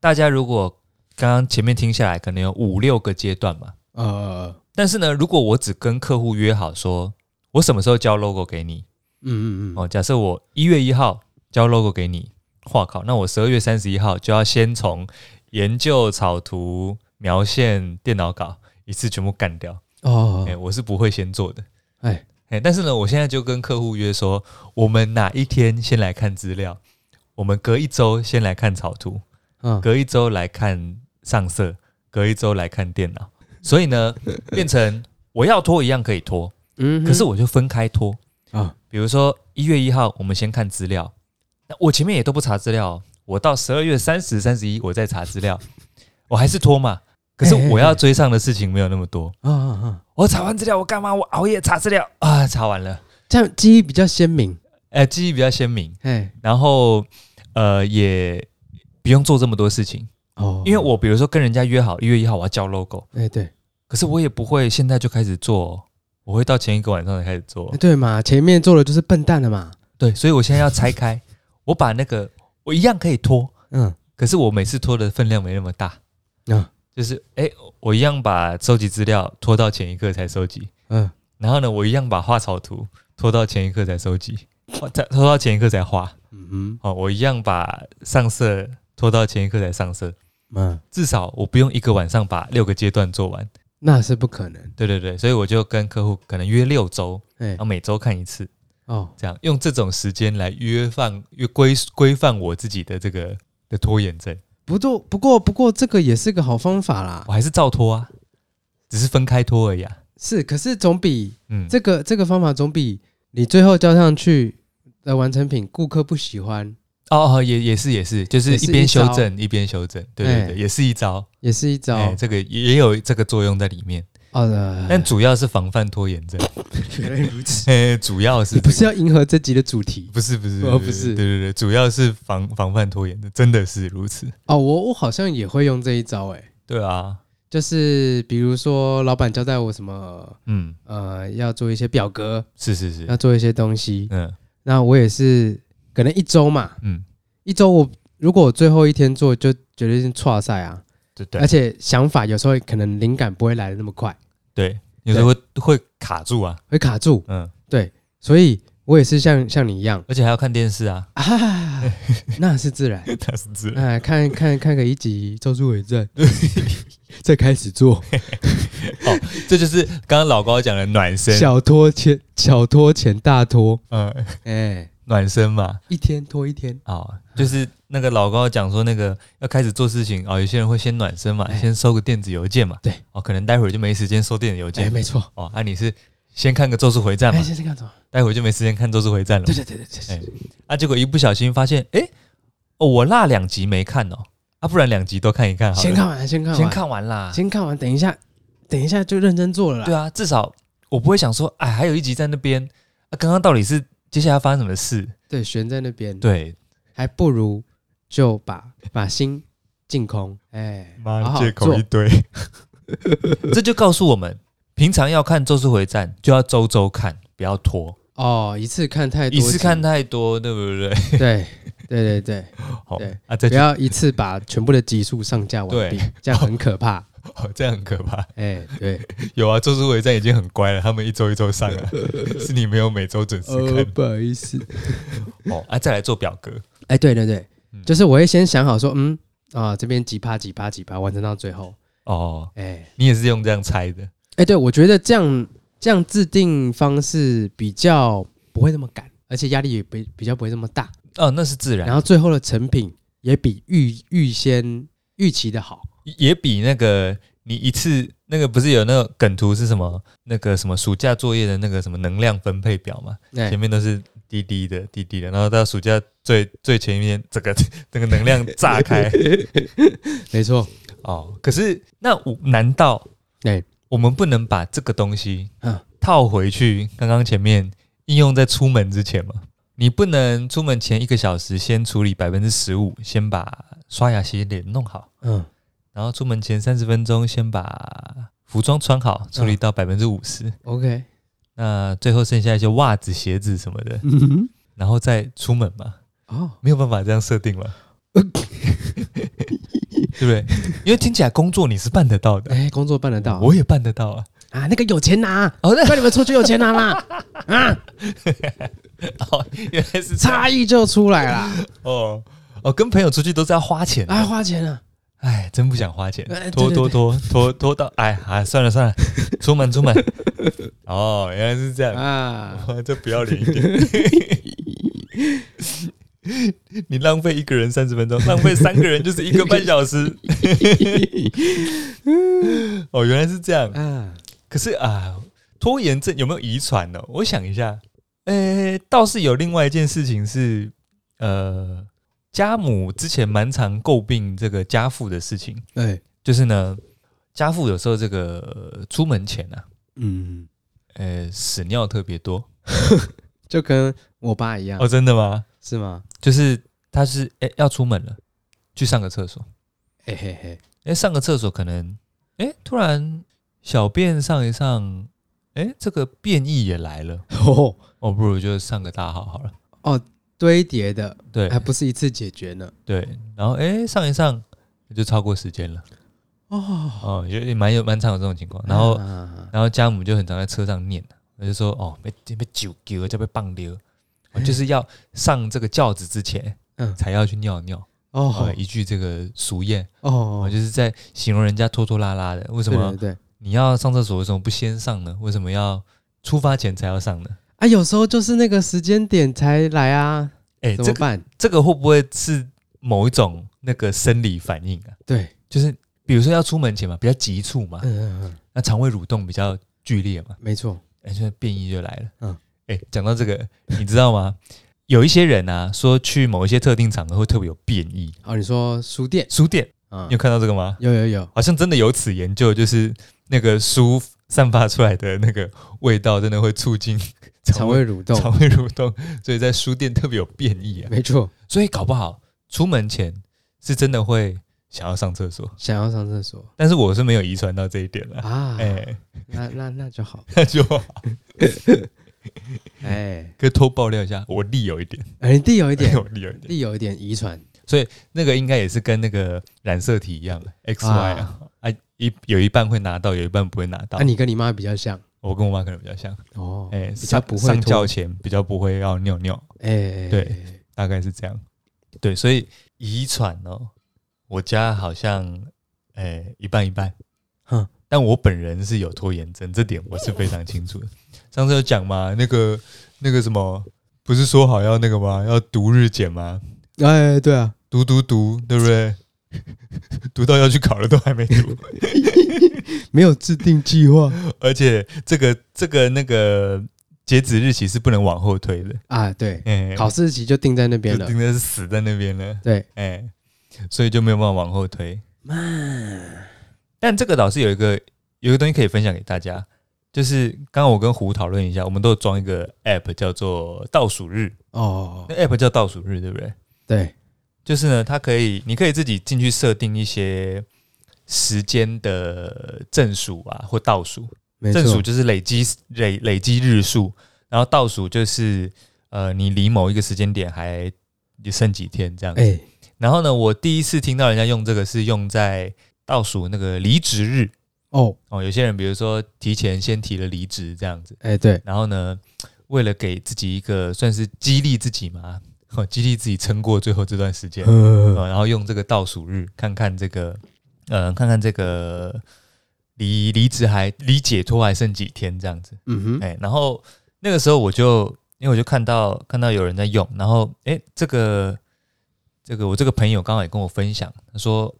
Speaker 1: 大家如果刚刚前面听下来，可能有五六个阶段嘛，
Speaker 2: 哼，呃，
Speaker 1: 但是呢，如果我只跟客户约好说，我什么时候交 logo 给你，
Speaker 2: 嗯嗯嗯，
Speaker 1: 哦，假设我一月一号交 logo 给你，哇靠，那我十二月三十一号就要先从研究草图、描线、电脑稿一次全部干掉。哎、
Speaker 2: 哦，
Speaker 1: 我是不会先做的。
Speaker 2: 哎，
Speaker 1: 哎、但是呢，我现在就跟客户约说，我们哪一天先来看资料，我们隔一周先来看草图，
Speaker 2: 嗯，
Speaker 1: 隔一周来看上色，隔一周来看电脑。所以 呢，变成我要拖一样可以拖，
Speaker 2: 嗯哼，
Speaker 1: 可是我就分开拖。
Speaker 2: 啊，
Speaker 1: 比如说一月一号，我们先看资料，那我前面也都不查资料哦，我到十二月三十、三十一我再查资料，我还是拖嘛。可是
Speaker 2: 哎哎哎
Speaker 1: 我要追上的事情没有那么多，
Speaker 2: 啊啊啊，
Speaker 1: 我查完资料我干嘛？我熬夜查资料啊，查完了，
Speaker 2: 这样记忆比较鲜明，
Speaker 1: 哎、记忆比较鲜明，
Speaker 2: 哎，
Speaker 1: 然后呃也不用做这么多事情，
Speaker 2: 哦，
Speaker 1: 因为，我比如说跟人家约好一月一号我要交 logo，
Speaker 2: 哎，对，
Speaker 1: 可是我也不会现在就开始做哦、我会到前一个晚上才开始做哦、
Speaker 2: 哎对嘛，前面做的就是笨蛋了嘛，
Speaker 1: 对，所以我现在要拆开，我把那个我一样可以拖，
Speaker 2: 嗯，
Speaker 1: 可是我每次拖的分量没那么大，
Speaker 2: 嗯
Speaker 1: 就是哎、诶我一样把收集资料拖到前一刻才收集，
Speaker 2: 嗯，
Speaker 1: 然后呢，我一样把画草图拖到前一刻才收集，画再拖到前一刻才画，
Speaker 2: 嗯
Speaker 1: 哦，我一样把上色拖到前一刻才上色，
Speaker 2: 哼，嗯，
Speaker 1: 至少我不用一个晚上把六个阶段做完，
Speaker 2: 那是不可能，
Speaker 1: 对对对，所以我就跟客户可能约六周，
Speaker 2: 哎
Speaker 1: 然后，每周看一次，
Speaker 2: 哦，
Speaker 1: 这样用这种时间来约范约规规范我自己的这个的拖延症，
Speaker 2: 不过不过不过这个也是个好方法啦
Speaker 1: 我，还是照拖啊，只是分开拖而已啊。
Speaker 2: 是，可是总比
Speaker 1: 嗯，
Speaker 2: 这个这个方法总比你最后交上去的完成品顾客不喜欢，
Speaker 1: 哦哦，也也是也是，就是
Speaker 2: 也是
Speaker 1: 一边
Speaker 2: 一
Speaker 1: 修
Speaker 2: 招
Speaker 1: 正一边修正，对对对，
Speaker 2: 哎
Speaker 1: 也是一招，哦哎
Speaker 2: 也是一招。
Speaker 1: 哎，这个也也有这个作用在里面。
Speaker 2: 哦，呃
Speaker 1: 但主要是防范拖延症，
Speaker 2: 原来如此，
Speaker 1: 嘿主要是
Speaker 2: 你
Speaker 1: 这个
Speaker 2: 不是要迎合这集的主 题
Speaker 1: 不是不是
Speaker 2: 哦不是
Speaker 1: 对对对，主要是防防范拖延症，真的是如此。
Speaker 2: 哦？我我好像也会用这一招，哎，
Speaker 1: 对啊，
Speaker 2: 就是比如说老板交代我什么，
Speaker 1: 嗯，
Speaker 2: 呃，要做一些表格，
Speaker 1: 是是是
Speaker 2: 要，做一些东西，
Speaker 1: 嗯
Speaker 2: 那我也是可能一周嘛，
Speaker 1: 嗯，
Speaker 2: 一周我如果我最后一天做，就绝对是错赛啊，
Speaker 1: 对对
Speaker 2: 而且想法有时候可能灵感不会来的那么快，
Speaker 1: 对，有时候会会卡住啊，
Speaker 2: 会卡住，
Speaker 1: 嗯，
Speaker 2: 所以我也是像像你一样
Speaker 1: 而且还要看电视啊，
Speaker 2: 啊，那是自然。
Speaker 1: 他 是这
Speaker 2: 哎，看看看个一集《咒术 回战》，再开始做
Speaker 1: 这就是刚刚老高讲的暖身，
Speaker 2: 小拖前小拖前大拖，
Speaker 1: 嗯，
Speaker 2: 哎，
Speaker 1: 暖身嘛，
Speaker 2: 一天拖一天， 哎
Speaker 1: 哦，就是那个老高讲说那个要开始做事情哦，有些人会先暖身嘛，
Speaker 2: 哎
Speaker 1: 先收个电子邮件嘛，
Speaker 2: 对，
Speaker 1: 哦，可能待会儿就没时间收电子邮
Speaker 2: 哎，
Speaker 1: 件，
Speaker 2: 没错，
Speaker 1: 哦，那、你是先看个《咒术回战》
Speaker 2: 哎，
Speaker 1: 嘛，
Speaker 2: 先生看什么？
Speaker 1: 待会儿就没时间看《咒术回战》了
Speaker 2: 对，对对对对
Speaker 1: 哎，啊，结果一不小心发现，哎、哦，我落两集没看哦，啊，不然两集都看一看好了，
Speaker 2: 先看完，先看完，
Speaker 1: 先看完啦，
Speaker 2: 先看完，等一下，等一下就认真做了啦。
Speaker 1: 对啊，至少我不会想说，哎，还有一集在那边，啊，刚刚到底是接下来发生什么事？
Speaker 2: 对，悬在那边，，
Speaker 1: 对，
Speaker 2: 还不如就把把心净空，哎，好好做
Speaker 1: 堆，这就告诉我们，平常要看《咒术回战》就要周周看，不要拖，
Speaker 2: 哦，一次看太多
Speaker 1: 一
Speaker 2: 集，
Speaker 1: 次看太多，对不对？
Speaker 2: 对，对对对，
Speaker 1: 好
Speaker 2: 对
Speaker 1: 啊，再
Speaker 2: 不
Speaker 1: 去
Speaker 2: 要一次把全部的集数上架完毕，这样很可怕。
Speaker 1: 哦，这样很可怕。
Speaker 2: 哎， 对，
Speaker 1: 有啊，《咒术回战》已经很乖了，他们一周一周上了，是你没有每周准时
Speaker 2: 呃，不好意思。
Speaker 1: 哦，啊，再来做表格，
Speaker 2: 哎，对对对
Speaker 1: 嗯，
Speaker 2: 就是我会先想好说，嗯啊，这边几趴几趴几趴完成到最后。
Speaker 1: 哦，
Speaker 2: 哎
Speaker 1: 你也是用这样猜的，
Speaker 2: 哎，对我觉得这样这样制定方式比较不会那么赶，而且压力也比比较不会那么大，
Speaker 1: 哦，那是自
Speaker 2: 然
Speaker 1: 然，
Speaker 2: 后最后的成品也比预预先预期的好。
Speaker 1: 也比那个你一次那个不是有那个梗图是什么？那个什么暑假作业的那个什么能量分配表嘛，
Speaker 2: 哎
Speaker 1: 前，面都是滴滴的滴滴的，然后到暑假最最前面，整个 整个能量炸开
Speaker 2: 没错。
Speaker 1: 哦。可是那我难道
Speaker 2: 哎，
Speaker 1: 我们不能把这个东西
Speaker 2: 嗯
Speaker 1: 套回去？刚刚前面应用在出门之前吗？你不能出门前一个小时先处理百分之十五，先把刷牙洗脸弄好。
Speaker 2: 嗯，
Speaker 1: 然后出门前三十分钟先把服装穿好，处理到百分之五十。
Speaker 2: OK，
Speaker 1: 那最后剩下一些袜子、鞋子什么的，
Speaker 2: 嗯，
Speaker 1: 然后再出门嘛，
Speaker 2: 哦，
Speaker 1: 没有办法这样设定 嘛，对不对？因为听起来工作你是办得到的，
Speaker 2: 哎，工作办得到
Speaker 1: 我也办得到啊。
Speaker 2: 啊，那个有钱拿，
Speaker 1: 哦， 那
Speaker 2: 叫你们出去有钱 拿啦，啊，
Speaker 1: 哦，原来是差
Speaker 2: 差异就出来啦，
Speaker 1: 哦哦，跟朋友出去都是要花钱
Speaker 2: 啊，
Speaker 1: 的，
Speaker 2: 花钱啊，
Speaker 1: 哎，真不想花钱
Speaker 2: 哎，
Speaker 1: 拖
Speaker 2: 对
Speaker 1: 拖
Speaker 2: 对对
Speaker 1: 拖拖拖到，哎，哎，算了算了，出门出 门。哦，原来是这样，
Speaker 2: 啊，
Speaker 1: 哇， 这不要脸一点！ 你浪费一个人三十分钟，浪费三个人就是一个半小 时。哦，原来是这样。
Speaker 2: 啊，
Speaker 1: 可是啊，拖延症有没有遗传呢？我想一下，呃、倒是有另外一件事情是，呃，家母之前蛮常诟病这个家父的事情，
Speaker 2: 哎，
Speaker 1: 就是呢，家父有时候这个呃出门前啊，
Speaker 2: 嗯，
Speaker 1: 呃，屎尿特别多。
Speaker 2: 就跟我爸一样
Speaker 1: 哦，，真的吗？
Speaker 2: 是吗？
Speaker 1: 就是他是哎、诶要出门了，去上个厕所，
Speaker 2: 嘿嘿嘿，
Speaker 1: 哎、上个厕所可能哎、诶突然小便上一上，哎、这个便意也来了，
Speaker 2: 哦，
Speaker 1: 哦不如就上个大号好了，
Speaker 2: 堆叠的，
Speaker 1: 对
Speaker 2: 还不是一次解决呢，
Speaker 1: 对，然后哎、诶上一上就超过时间了，
Speaker 2: 哦，
Speaker 1: 哦也也蛮有蛮常有这种情况， 然后
Speaker 2: 啊
Speaker 1: 然后家母就很常在车上念，我就说哦被被酒丢了，就被棒丢了。哦就是要上这个轿子之前，
Speaker 2: 嗯
Speaker 1: 才要去尿尿。哦，
Speaker 2: 哦
Speaker 1: 一句这个俗谚，我
Speaker 2: 哦，
Speaker 1: 就是在形容人家拖拖拉拉的。为什么
Speaker 2: 对对对，
Speaker 1: 你要上厕所，为什么不先上呢？为什么要出发前才要上呢？
Speaker 2: 啊，有时候就是那个时间点才来啊，
Speaker 1: 哎、
Speaker 2: 怎
Speaker 1: 这
Speaker 2: 么
Speaker 1: 个
Speaker 2: 办？
Speaker 1: 这个会不会是某一种那个生理反应啊？
Speaker 2: 对，
Speaker 1: 就是比如说要出门前嘛，比较急促嘛，
Speaker 2: 嗯嗯嗯，
Speaker 1: 那肠胃蠕动比较剧烈嘛，
Speaker 2: 没错，
Speaker 1: 哎、就变异就来了。嗯
Speaker 2: 嗯，
Speaker 1: 哎、讲到这个，你知道吗？有一些人啊，说去某一些特定场合会特别有变异。
Speaker 2: 哦，你说书店
Speaker 1: 书店，
Speaker 2: 啊
Speaker 1: 你有，看到这个吗？
Speaker 2: 有有有，
Speaker 1: 好像真的有此研究，就是那个书散发出来的那个味道，真的会促 进
Speaker 2: 肠胃蠕动，
Speaker 1: 肠胃蠕动，所以在书店特别有便意啊。
Speaker 2: 没错，
Speaker 1: 所以搞不好出门前是真的会想要上厕所，
Speaker 2: 想要上厕所
Speaker 1: 但是我是没有遗传到这一点了。
Speaker 2: 啊，
Speaker 1: 哎、
Speaker 2: 那那那 就好，
Speaker 1: 那就好
Speaker 2: 哎，
Speaker 1: 可以偷爆料一下，我力有一点，
Speaker 2: 哎，弟 有一点，
Speaker 1: 我力有一点，
Speaker 2: 弟有一点遗传，
Speaker 1: 那个应该也是跟那个染色体一样，X Y 啊，啊一有一半会拿到，有一半不会拿到。
Speaker 2: 啊那你跟你妈比较像
Speaker 1: 我跟我妈可能比较像，
Speaker 2: 哦，
Speaker 1: 哎、
Speaker 2: 比较
Speaker 1: 上
Speaker 2: 不会
Speaker 1: 上
Speaker 2: 拖
Speaker 1: 教，前比较不会要尿尿，
Speaker 2: 哎，
Speaker 1: 对大概是这样。对，所以遗传哦，我家好像哎、一半一半，
Speaker 2: 哼，
Speaker 1: 但我本人是有拖延症，这点我是非常清楚的。上次有讲嘛，那个那个什么，不是说好要那个吗？要读日检吗？
Speaker 2: 哎，对啊，
Speaker 1: 读读读，对不对？ 读到要去考了都还没 读，
Speaker 2: 没有制定计划
Speaker 1: 而且这个这个那个截止日期是不能往后推的，
Speaker 2: 啊，对，
Speaker 1: 哎、
Speaker 2: 考试期就定在那边
Speaker 1: 就
Speaker 2: 了，
Speaker 1: 真的是死在那边了，
Speaker 2: 对，
Speaker 1: 哎、所以就没有办法往后推。但这个倒是有一个有一个东西可以分享给大家，就是刚刚我跟胡讨论一下，我们都有装一个 app 叫做倒数日，
Speaker 2: 哦，
Speaker 1: 那 app 叫倒数日，对不对？
Speaker 2: 对，
Speaker 1: 就是呢，它可以，你可以自己进去设定一些时间的正数啊，或倒数。
Speaker 2: 没
Speaker 1: 正数
Speaker 2: 错，
Speaker 1: 就是累积累累积日数，然后倒数就是呃，你离某一个时间点还剩几天这样子。
Speaker 2: 哎，
Speaker 1: 然后呢，我第一次听到人家用这个是用在倒数那个离职日
Speaker 2: 哦，
Speaker 1: 哦，有些人比如说提前先提了离职这样子，
Speaker 2: 哎，对，
Speaker 1: 然后呢，为了给自己一个算是激励自己嘛， 哦，激励自己撑过最后这段时间，
Speaker 2: 呃
Speaker 1: 呃，然后用这个倒数日看看这个，呃，看看这个离离职还离解脱还剩几天这样子。
Speaker 2: 嗯哼，
Speaker 1: 哎、然后那个时候我就因为我就看到看到有人在用，然后哎、这个这个我这个朋友刚好也跟我分享，他说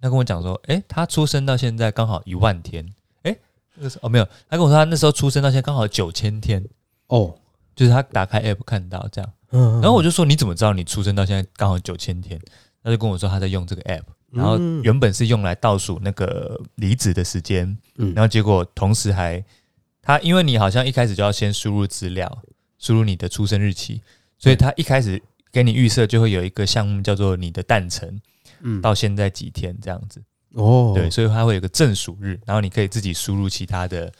Speaker 1: 他跟我讲说，哎、他出生到现在刚好一万天，哎、那个时候哦没有，他跟我说他那时候出生到现在刚好九千天，
Speaker 2: 哦，
Speaker 1: 就是他打开 app 看到这样。
Speaker 2: 嗯
Speaker 1: 然后我就说：“你怎么知道你出生到现在刚好九千天？”他就跟我说他在用这个 app，然后
Speaker 2: 嗯
Speaker 1: 原本是用来倒数那个离职的时间，
Speaker 2: 嗯
Speaker 1: 然后结果同时还他因为你好像一开始就要先输入资料，输入你的出生日期，所以他一开始给你预设就会有一个项目叫做你的诞辰
Speaker 2: 嗯，
Speaker 1: 到现在几天这样子，
Speaker 2: 哦，
Speaker 1: 对，所以它会有个正数日，然后你可以自己输入其他的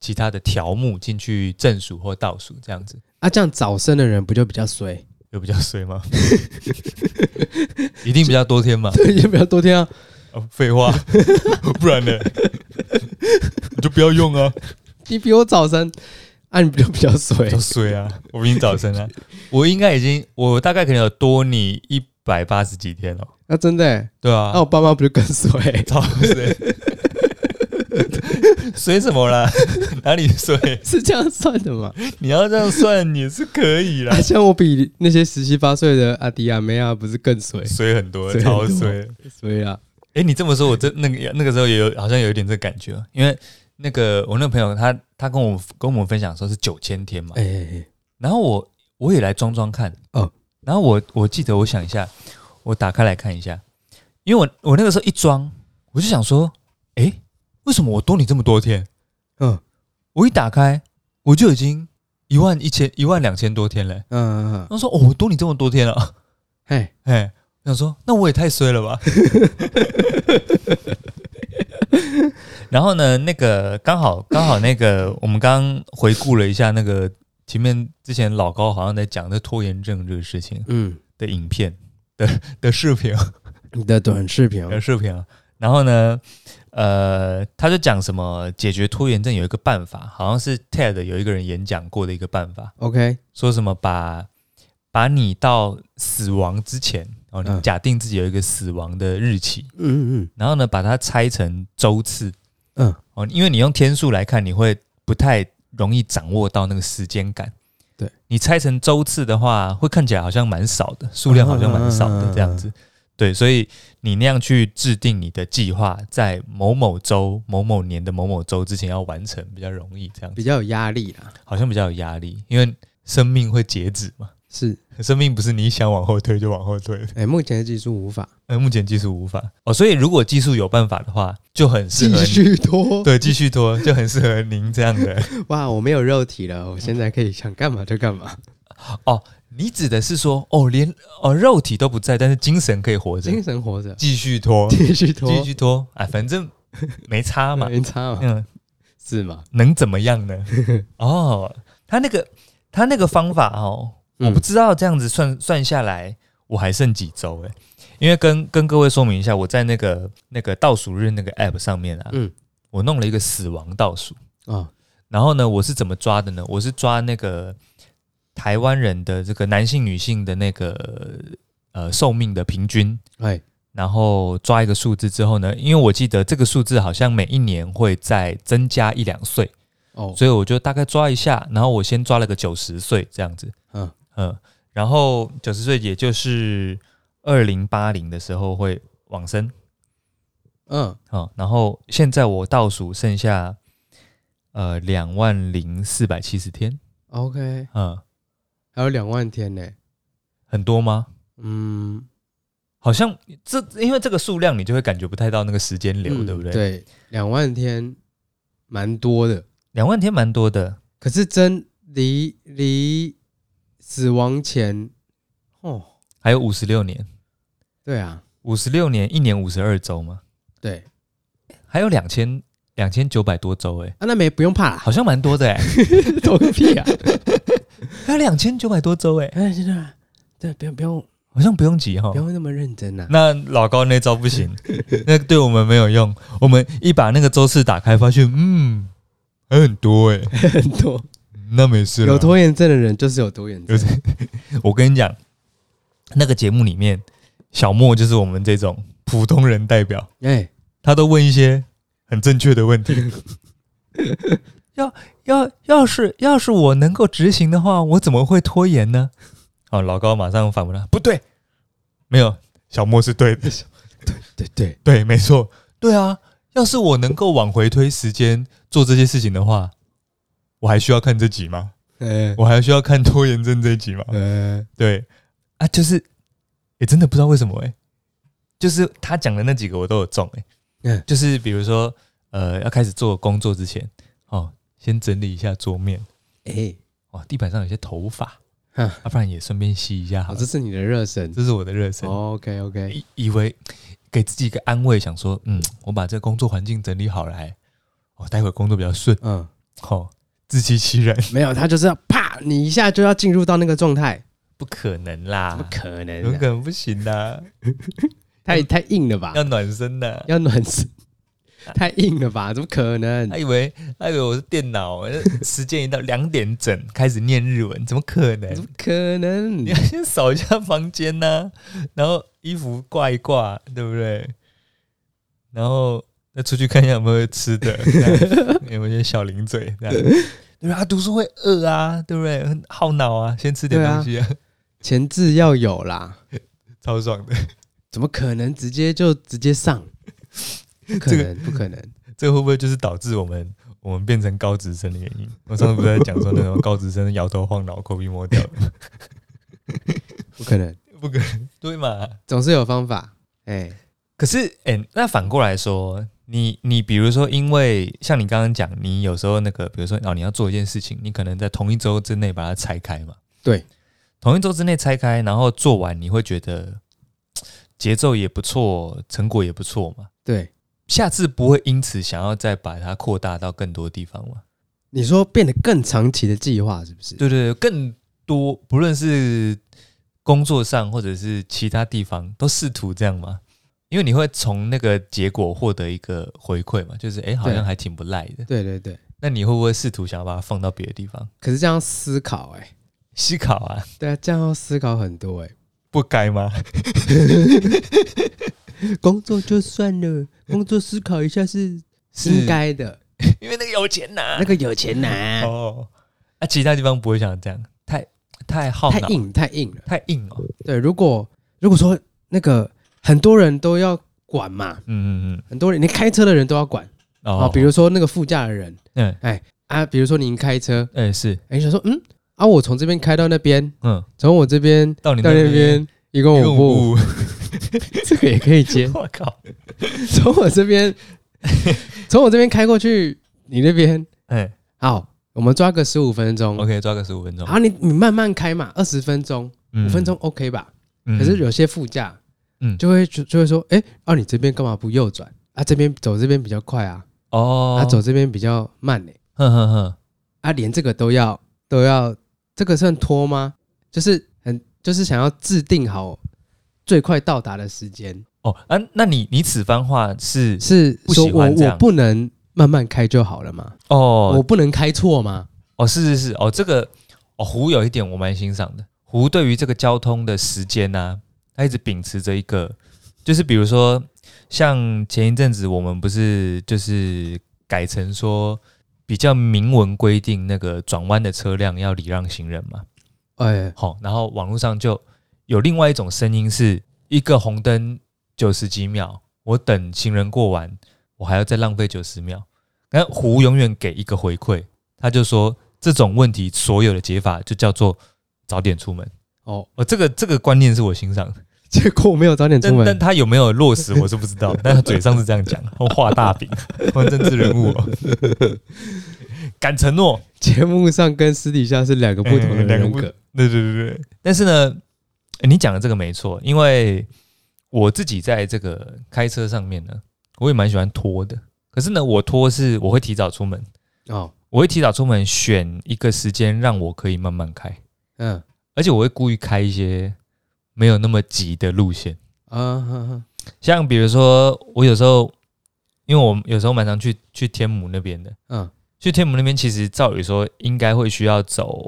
Speaker 1: 其他的条目进去正数或倒数这样子，
Speaker 2: 啊，这样早生的人不就比较衰？
Speaker 1: 有比较衰 吗？一定比较多天嘛？
Speaker 2: 对，就比较多天啊。
Speaker 1: 哦废、话， 不然呢？ 你就不要用啊，
Speaker 2: 你比我早生，啊，你不就比较 衰
Speaker 1: 比较？衰啊！我比你早生啊， 我应该已经，我大概可能有多你一百八十几天了，
Speaker 2: 那、真的、欸，
Speaker 1: 对
Speaker 2: 那、
Speaker 1: 啊，
Speaker 2: 我爸妈不就更衰、
Speaker 1: 超 衰，衰什么啦？ 哪里衰？
Speaker 2: 是这样算的吗？
Speaker 1: 你要这样算也是可以啦
Speaker 2: 啊，，像我比那些十七八岁的阿迪亚梅亚不是更衰？
Speaker 1: 衰很多，
Speaker 2: 衰很
Speaker 1: 超
Speaker 2: 多
Speaker 1: 衰。
Speaker 2: 衰啊！
Speaker 1: 哎、你这么说，我真那个那个时候也有好像有一点这个感觉啊，因为那个我那个朋友他他跟我跟我们分享说是九千天嘛，
Speaker 2: 哎、欸，
Speaker 1: 然后我我也来装装看，
Speaker 2: 哦
Speaker 1: 然后我我记得我想一下，我打开来看一下，因为我我那个时候一装，我就想说，哎、为什么我多你这么多天？
Speaker 2: 嗯
Speaker 1: 我一打开我就已经一万一千一万两千多天了、欸，
Speaker 2: 嗯嗯，
Speaker 1: 他说哦，我多你这么多天了，
Speaker 2: 哎、
Speaker 1: 哎，我想说那我也太衰了吧。 然后呢，那个刚好刚好那个我们刚回顾了一下那个前面之前老高好像在讲的拖延症这个事情
Speaker 2: 嗯，
Speaker 1: 的影片的的视频
Speaker 2: 你的短视频哦
Speaker 1: 的视频啊。然后呢，呃，他就讲什么解决拖延症有一个办法，好像是 TED 有一个人演讲过的一个办法，
Speaker 2: ，OK，
Speaker 1: 说什么把把你到死亡之前哦，你
Speaker 2: 嗯
Speaker 1: 假定自己有一个死亡的日期，
Speaker 2: 嗯嗯
Speaker 1: 然后呢把它拆成周次
Speaker 2: 嗯嗯，
Speaker 1: 哦，因为你用天数来看，你会不太容易掌握到那个时间感。
Speaker 2: 对
Speaker 1: 你拆成周次的话，会看起来好像蛮少的，数量好像蛮少
Speaker 2: 嗯
Speaker 1: 的这样子。对，所以你那样去制定你的计划，在某某周、某某年的某某周之前要完成，比较容易。这样子啊
Speaker 2: 比较有压力啦。
Speaker 1: 好像比较有压力，因为生命会截止嘛。
Speaker 2: 是，
Speaker 1: 生命不是你想往后推就往后推的。
Speaker 2: 哎、目前的技术无法
Speaker 1: 呃，目前技术无法哦，所以如果技术有办法的话，就很适
Speaker 2: 继
Speaker 1: 合你
Speaker 2: 续 拖。
Speaker 1: 对继续拖，就很适合您这样 的。
Speaker 2: 哇，我没有肉体了，我现在可以想干嘛就干嘛，
Speaker 1: 你指的是说哦，连哦肉体都不在，但是精神可以活着，
Speaker 2: 精神活着，
Speaker 1: 继续拖，
Speaker 2: 继续拖，
Speaker 1: 继续拖，哎，反正没差嘛，
Speaker 2: 没差嘛，
Speaker 1: 嗯，
Speaker 2: 是吗？
Speaker 1: 能怎么样 呢？哦，他那个他那个方法哦，我
Speaker 2: 嗯
Speaker 1: 不知道这样子算算下来，我还剩几周哎？因为跟跟各位说明一下，我在那个那个倒数日那个 app 上面啊，
Speaker 2: 嗯
Speaker 1: 我弄了一个死亡倒数，
Speaker 2: 哦，
Speaker 1: 然后呢，我是怎么抓的呢？我是抓那个台湾人的这个男性、女性的那个呃寿命的平均，
Speaker 2: 哎，
Speaker 1: 然后抓一个数字之后呢，因为我记得这个数字好像每一年会再增加一两岁，
Speaker 2: 哦，
Speaker 1: 所以我就大概抓一下，然后我先抓了个九十岁这样子，
Speaker 2: 嗯
Speaker 1: 嗯，然后九十岁也就是二零八零的时候会往生，
Speaker 2: 嗯，
Speaker 1: 哦，然后现在我倒数剩下呃两万零四百七十天，
Speaker 2: OK，
Speaker 1: 嗯，
Speaker 2: 还有两万天呢。
Speaker 1: 很多吗？
Speaker 2: 嗯，
Speaker 1: 好像这因为这个数量，你就会感觉不太到那个时间流，
Speaker 2: 嗯
Speaker 1: 对不对？，
Speaker 2: 对，两万天蛮多的，
Speaker 1: 两万天蛮多的，
Speaker 2: 可是真离离死亡前，哦，
Speaker 1: 还有五十六年，
Speaker 2: 对啊，
Speaker 1: 五十六年一年五十二周嘛，
Speaker 2: 对
Speaker 1: 还有两千两千九百多周，哎，
Speaker 2: 啊，那没不用怕 啦，
Speaker 1: 好像蛮多的哎、
Speaker 2: 躲个屁啊！
Speaker 1: 还有两千九百多周，哎，
Speaker 2: 哎，真的，对，不用不用
Speaker 1: 好像不用急哈
Speaker 2: 不。用那么认 真呐、啊
Speaker 1: 那老高那招不 行，那对我们没有用。我们一把那个周次打开，发现嗯，还很多哎、
Speaker 2: 很多
Speaker 1: 那没事了
Speaker 2: 有拖延症的人就是有拖延症
Speaker 1: 有，我跟你讲，那个节目里面，小莫就是我们这种普通人代表，
Speaker 2: 哎，
Speaker 1: 他都问一些很正确的问题。 要要要是要是我能够执行的话，我怎么会拖延呢？哦，老高马上反问他，不对，没有，小莫是对的，
Speaker 2: 对对，
Speaker 1: 对，没错，对啊。要是我能够往回推时间做这些事情的话，我还需要看这集吗？
Speaker 2: 呃
Speaker 1: 我还需要看拖延症这一集吗？
Speaker 2: 呃，
Speaker 1: 对啊，就是也、真的不知道为什么哎、就是他讲的那几个我都有中哎、
Speaker 2: 嗯
Speaker 1: 就是比如说呃要开始做工作之前哦，先整理一下桌面，
Speaker 2: 哎，
Speaker 1: 哇，地板上有些头发，
Speaker 2: 哼
Speaker 1: 啊，不然也顺便吸一下好
Speaker 2: 好，
Speaker 1: 了，
Speaker 2: 这是你的热身。哦
Speaker 1: 这是我的热身，
Speaker 2: OK OK，
Speaker 1: 以以为给自己一个安慰，想说嗯，我把这个工作环境整理好来，我、哦、待会工作比较顺，
Speaker 2: 嗯，
Speaker 1: 哦，自欺欺人，
Speaker 2: 没有，他就是要啪，你一下就要进入到那个状态，
Speaker 1: 不可能
Speaker 2: 怎
Speaker 1: 啦
Speaker 2: 么，可能
Speaker 1: 有
Speaker 2: 啊、
Speaker 1: 可能不行啦，
Speaker 2: 太太硬了吧？
Speaker 1: 要暖身的。
Speaker 2: 要暖身， 太硬了吧？怎么可能？
Speaker 1: 他以为他以为我是电脑，时间一到两点整开始念日文，怎么可
Speaker 2: 怎
Speaker 1: 能
Speaker 2: 么？可能
Speaker 1: 你要？先扫一下房间呐、然后衣服挂一挂，对不对？然后再出去看一下有没有吃的，这样有没有一些小零嘴这样。对啊，读书会饿啊，对不对？很耗脑啊，先吃点
Speaker 2: 对啊
Speaker 1: 东西、啊，
Speaker 2: 前置要有啦，
Speaker 1: 超爽的。
Speaker 2: 怎么可能直接就直接上？不可能，不可能！
Speaker 1: 这会不会就是导致我们我们变成高职生的原因？我上次不是在讲说那种高职生摇头晃脑、抠鼻摸掉，
Speaker 2: 不可能，
Speaker 1: 不可能， 对嘛？
Speaker 2: 总是有方法。哎、
Speaker 1: 可是，哎、那反过来说，你你比如说，因为像你刚刚讲，你有时候那个，比如说哦，你要做一件事情，你可能在同一周之内把它拆开嘛。
Speaker 2: 对，
Speaker 1: 同一周之内拆开，然后做完，你会觉得嘖节奏也不错，成果也不错嘛。
Speaker 2: 对，
Speaker 1: 下次不会因此想要再把它扩大到更多地方嘛？
Speaker 2: 你说变得更长期的计划是不是？
Speaker 1: 对对对，更多不论是工作上或者是其他地方，都试图这样吗？因为你会从那个结果获得一个回馈嘛，就是哎、诶好像
Speaker 2: 对
Speaker 1: 还挺不赖的。
Speaker 2: 对对对。
Speaker 1: 那你会不会试图想要把它放到别的地方
Speaker 2: 可是这样思考、哎，
Speaker 1: 思考啊？
Speaker 2: 对啊，这样要思考很多、哎，
Speaker 1: 不该吗？
Speaker 2: 工作就算 了，工作思考一下是
Speaker 1: 是
Speaker 2: 应该的。
Speaker 1: 因为那个有钱拿、
Speaker 2: 那个有钱拿、
Speaker 1: 哦，啊，其他地方不会想这样，太太耗
Speaker 2: 太
Speaker 1: 脑，
Speaker 2: 硬太硬了。
Speaker 1: 太硬哦。
Speaker 2: 对，如果如果说那个很多人都要管嘛，
Speaker 1: 嗯嗯
Speaker 2: 很多人连开车的人都要管
Speaker 1: 嗯，
Speaker 2: 啊，
Speaker 1: 哦，
Speaker 2: 比如说那个副驾的人
Speaker 1: 嗯，
Speaker 2: 啊，比如说您开车，
Speaker 1: 哎、是
Speaker 2: 哎，你想说嗯啊，我从这边开到那边，
Speaker 1: 嗯，
Speaker 2: 从我这边
Speaker 1: 到你
Speaker 2: 到那边一共
Speaker 1: 用
Speaker 2: 五步，
Speaker 1: 步，。
Speaker 2: 这个也可以接
Speaker 1: 我靠，
Speaker 2: 从我这边， 从我这边开过去，你那边
Speaker 1: 哎
Speaker 2: 好，我们抓个十五分钟。
Speaker 1: ，OK，抓个十五分钟
Speaker 2: 然，后你你慢慢开嘛，二十分钟、
Speaker 1: 五
Speaker 2: 啊五分钟 OK 吧？
Speaker 1: 嗯
Speaker 2: 可是有些副驾，
Speaker 1: 嗯
Speaker 2: 就会就就会说，哎、啊你这边干嘛不右转？啊这边走这边比较快啊，
Speaker 1: 哦
Speaker 2: 啊，走这边比较慢呢、
Speaker 1: 哼哼哼，
Speaker 2: 啊连这个都要都要，这个算拖吗？就是很就是想要制定好最快到达的时间，
Speaker 1: 哦，啊，那你你此番话是
Speaker 2: 是
Speaker 1: 不
Speaker 2: 说
Speaker 1: 喜
Speaker 2: 我
Speaker 1: 欢这样
Speaker 2: 我不能慢慢开就好了吗？我
Speaker 1: 哦
Speaker 2: 不能开错吗？
Speaker 1: 哦是是是哦，这个哦胡有一点我蛮欣赏的，胡对于这个交通的时间呢、他一直秉持着一个，就是比如说像前一阵子我们不是就是改成说比较明文规定那个转弯的车辆要礼让行人嘛，
Speaker 2: 哎，
Speaker 1: 好、然后网络上就有另外一种声音是，一个红灯九十几秒，我等行人过完，我还要再浪费九十秒。那胡永远给一个回馈，他就说这种问题所有的解法就叫做早点出门。
Speaker 2: 哦，
Speaker 1: 哦，这个这个观念是我欣赏的，
Speaker 2: 结果我没有早点出
Speaker 1: 但但
Speaker 2: 门，
Speaker 1: 他有没有落实我是不知道，但他嘴上是这样讲，画大饼， 换政治人物、哦，敢承诺，
Speaker 2: 节目上跟私底下是两个不同的
Speaker 1: 嗯两个
Speaker 2: 人
Speaker 1: 不
Speaker 2: 格。
Speaker 1: 对对对对。但是呢，呃你讲的这个没错，因为我自己在这个开车上面呢，我也蛮喜欢拖的。可是呢，我拖是我会提早出门，
Speaker 2: 哦，
Speaker 1: 我会提早出门选一个时间让我可以慢慢开，
Speaker 2: 嗯
Speaker 1: 而且我会故意开一些没有那么急的路线。
Speaker 2: 啊哈哈，
Speaker 1: 像比如说，我有时候因为我有时候蛮常去去天母那边的，
Speaker 2: 嗯
Speaker 1: 去天母那边其实照理说应该会需要走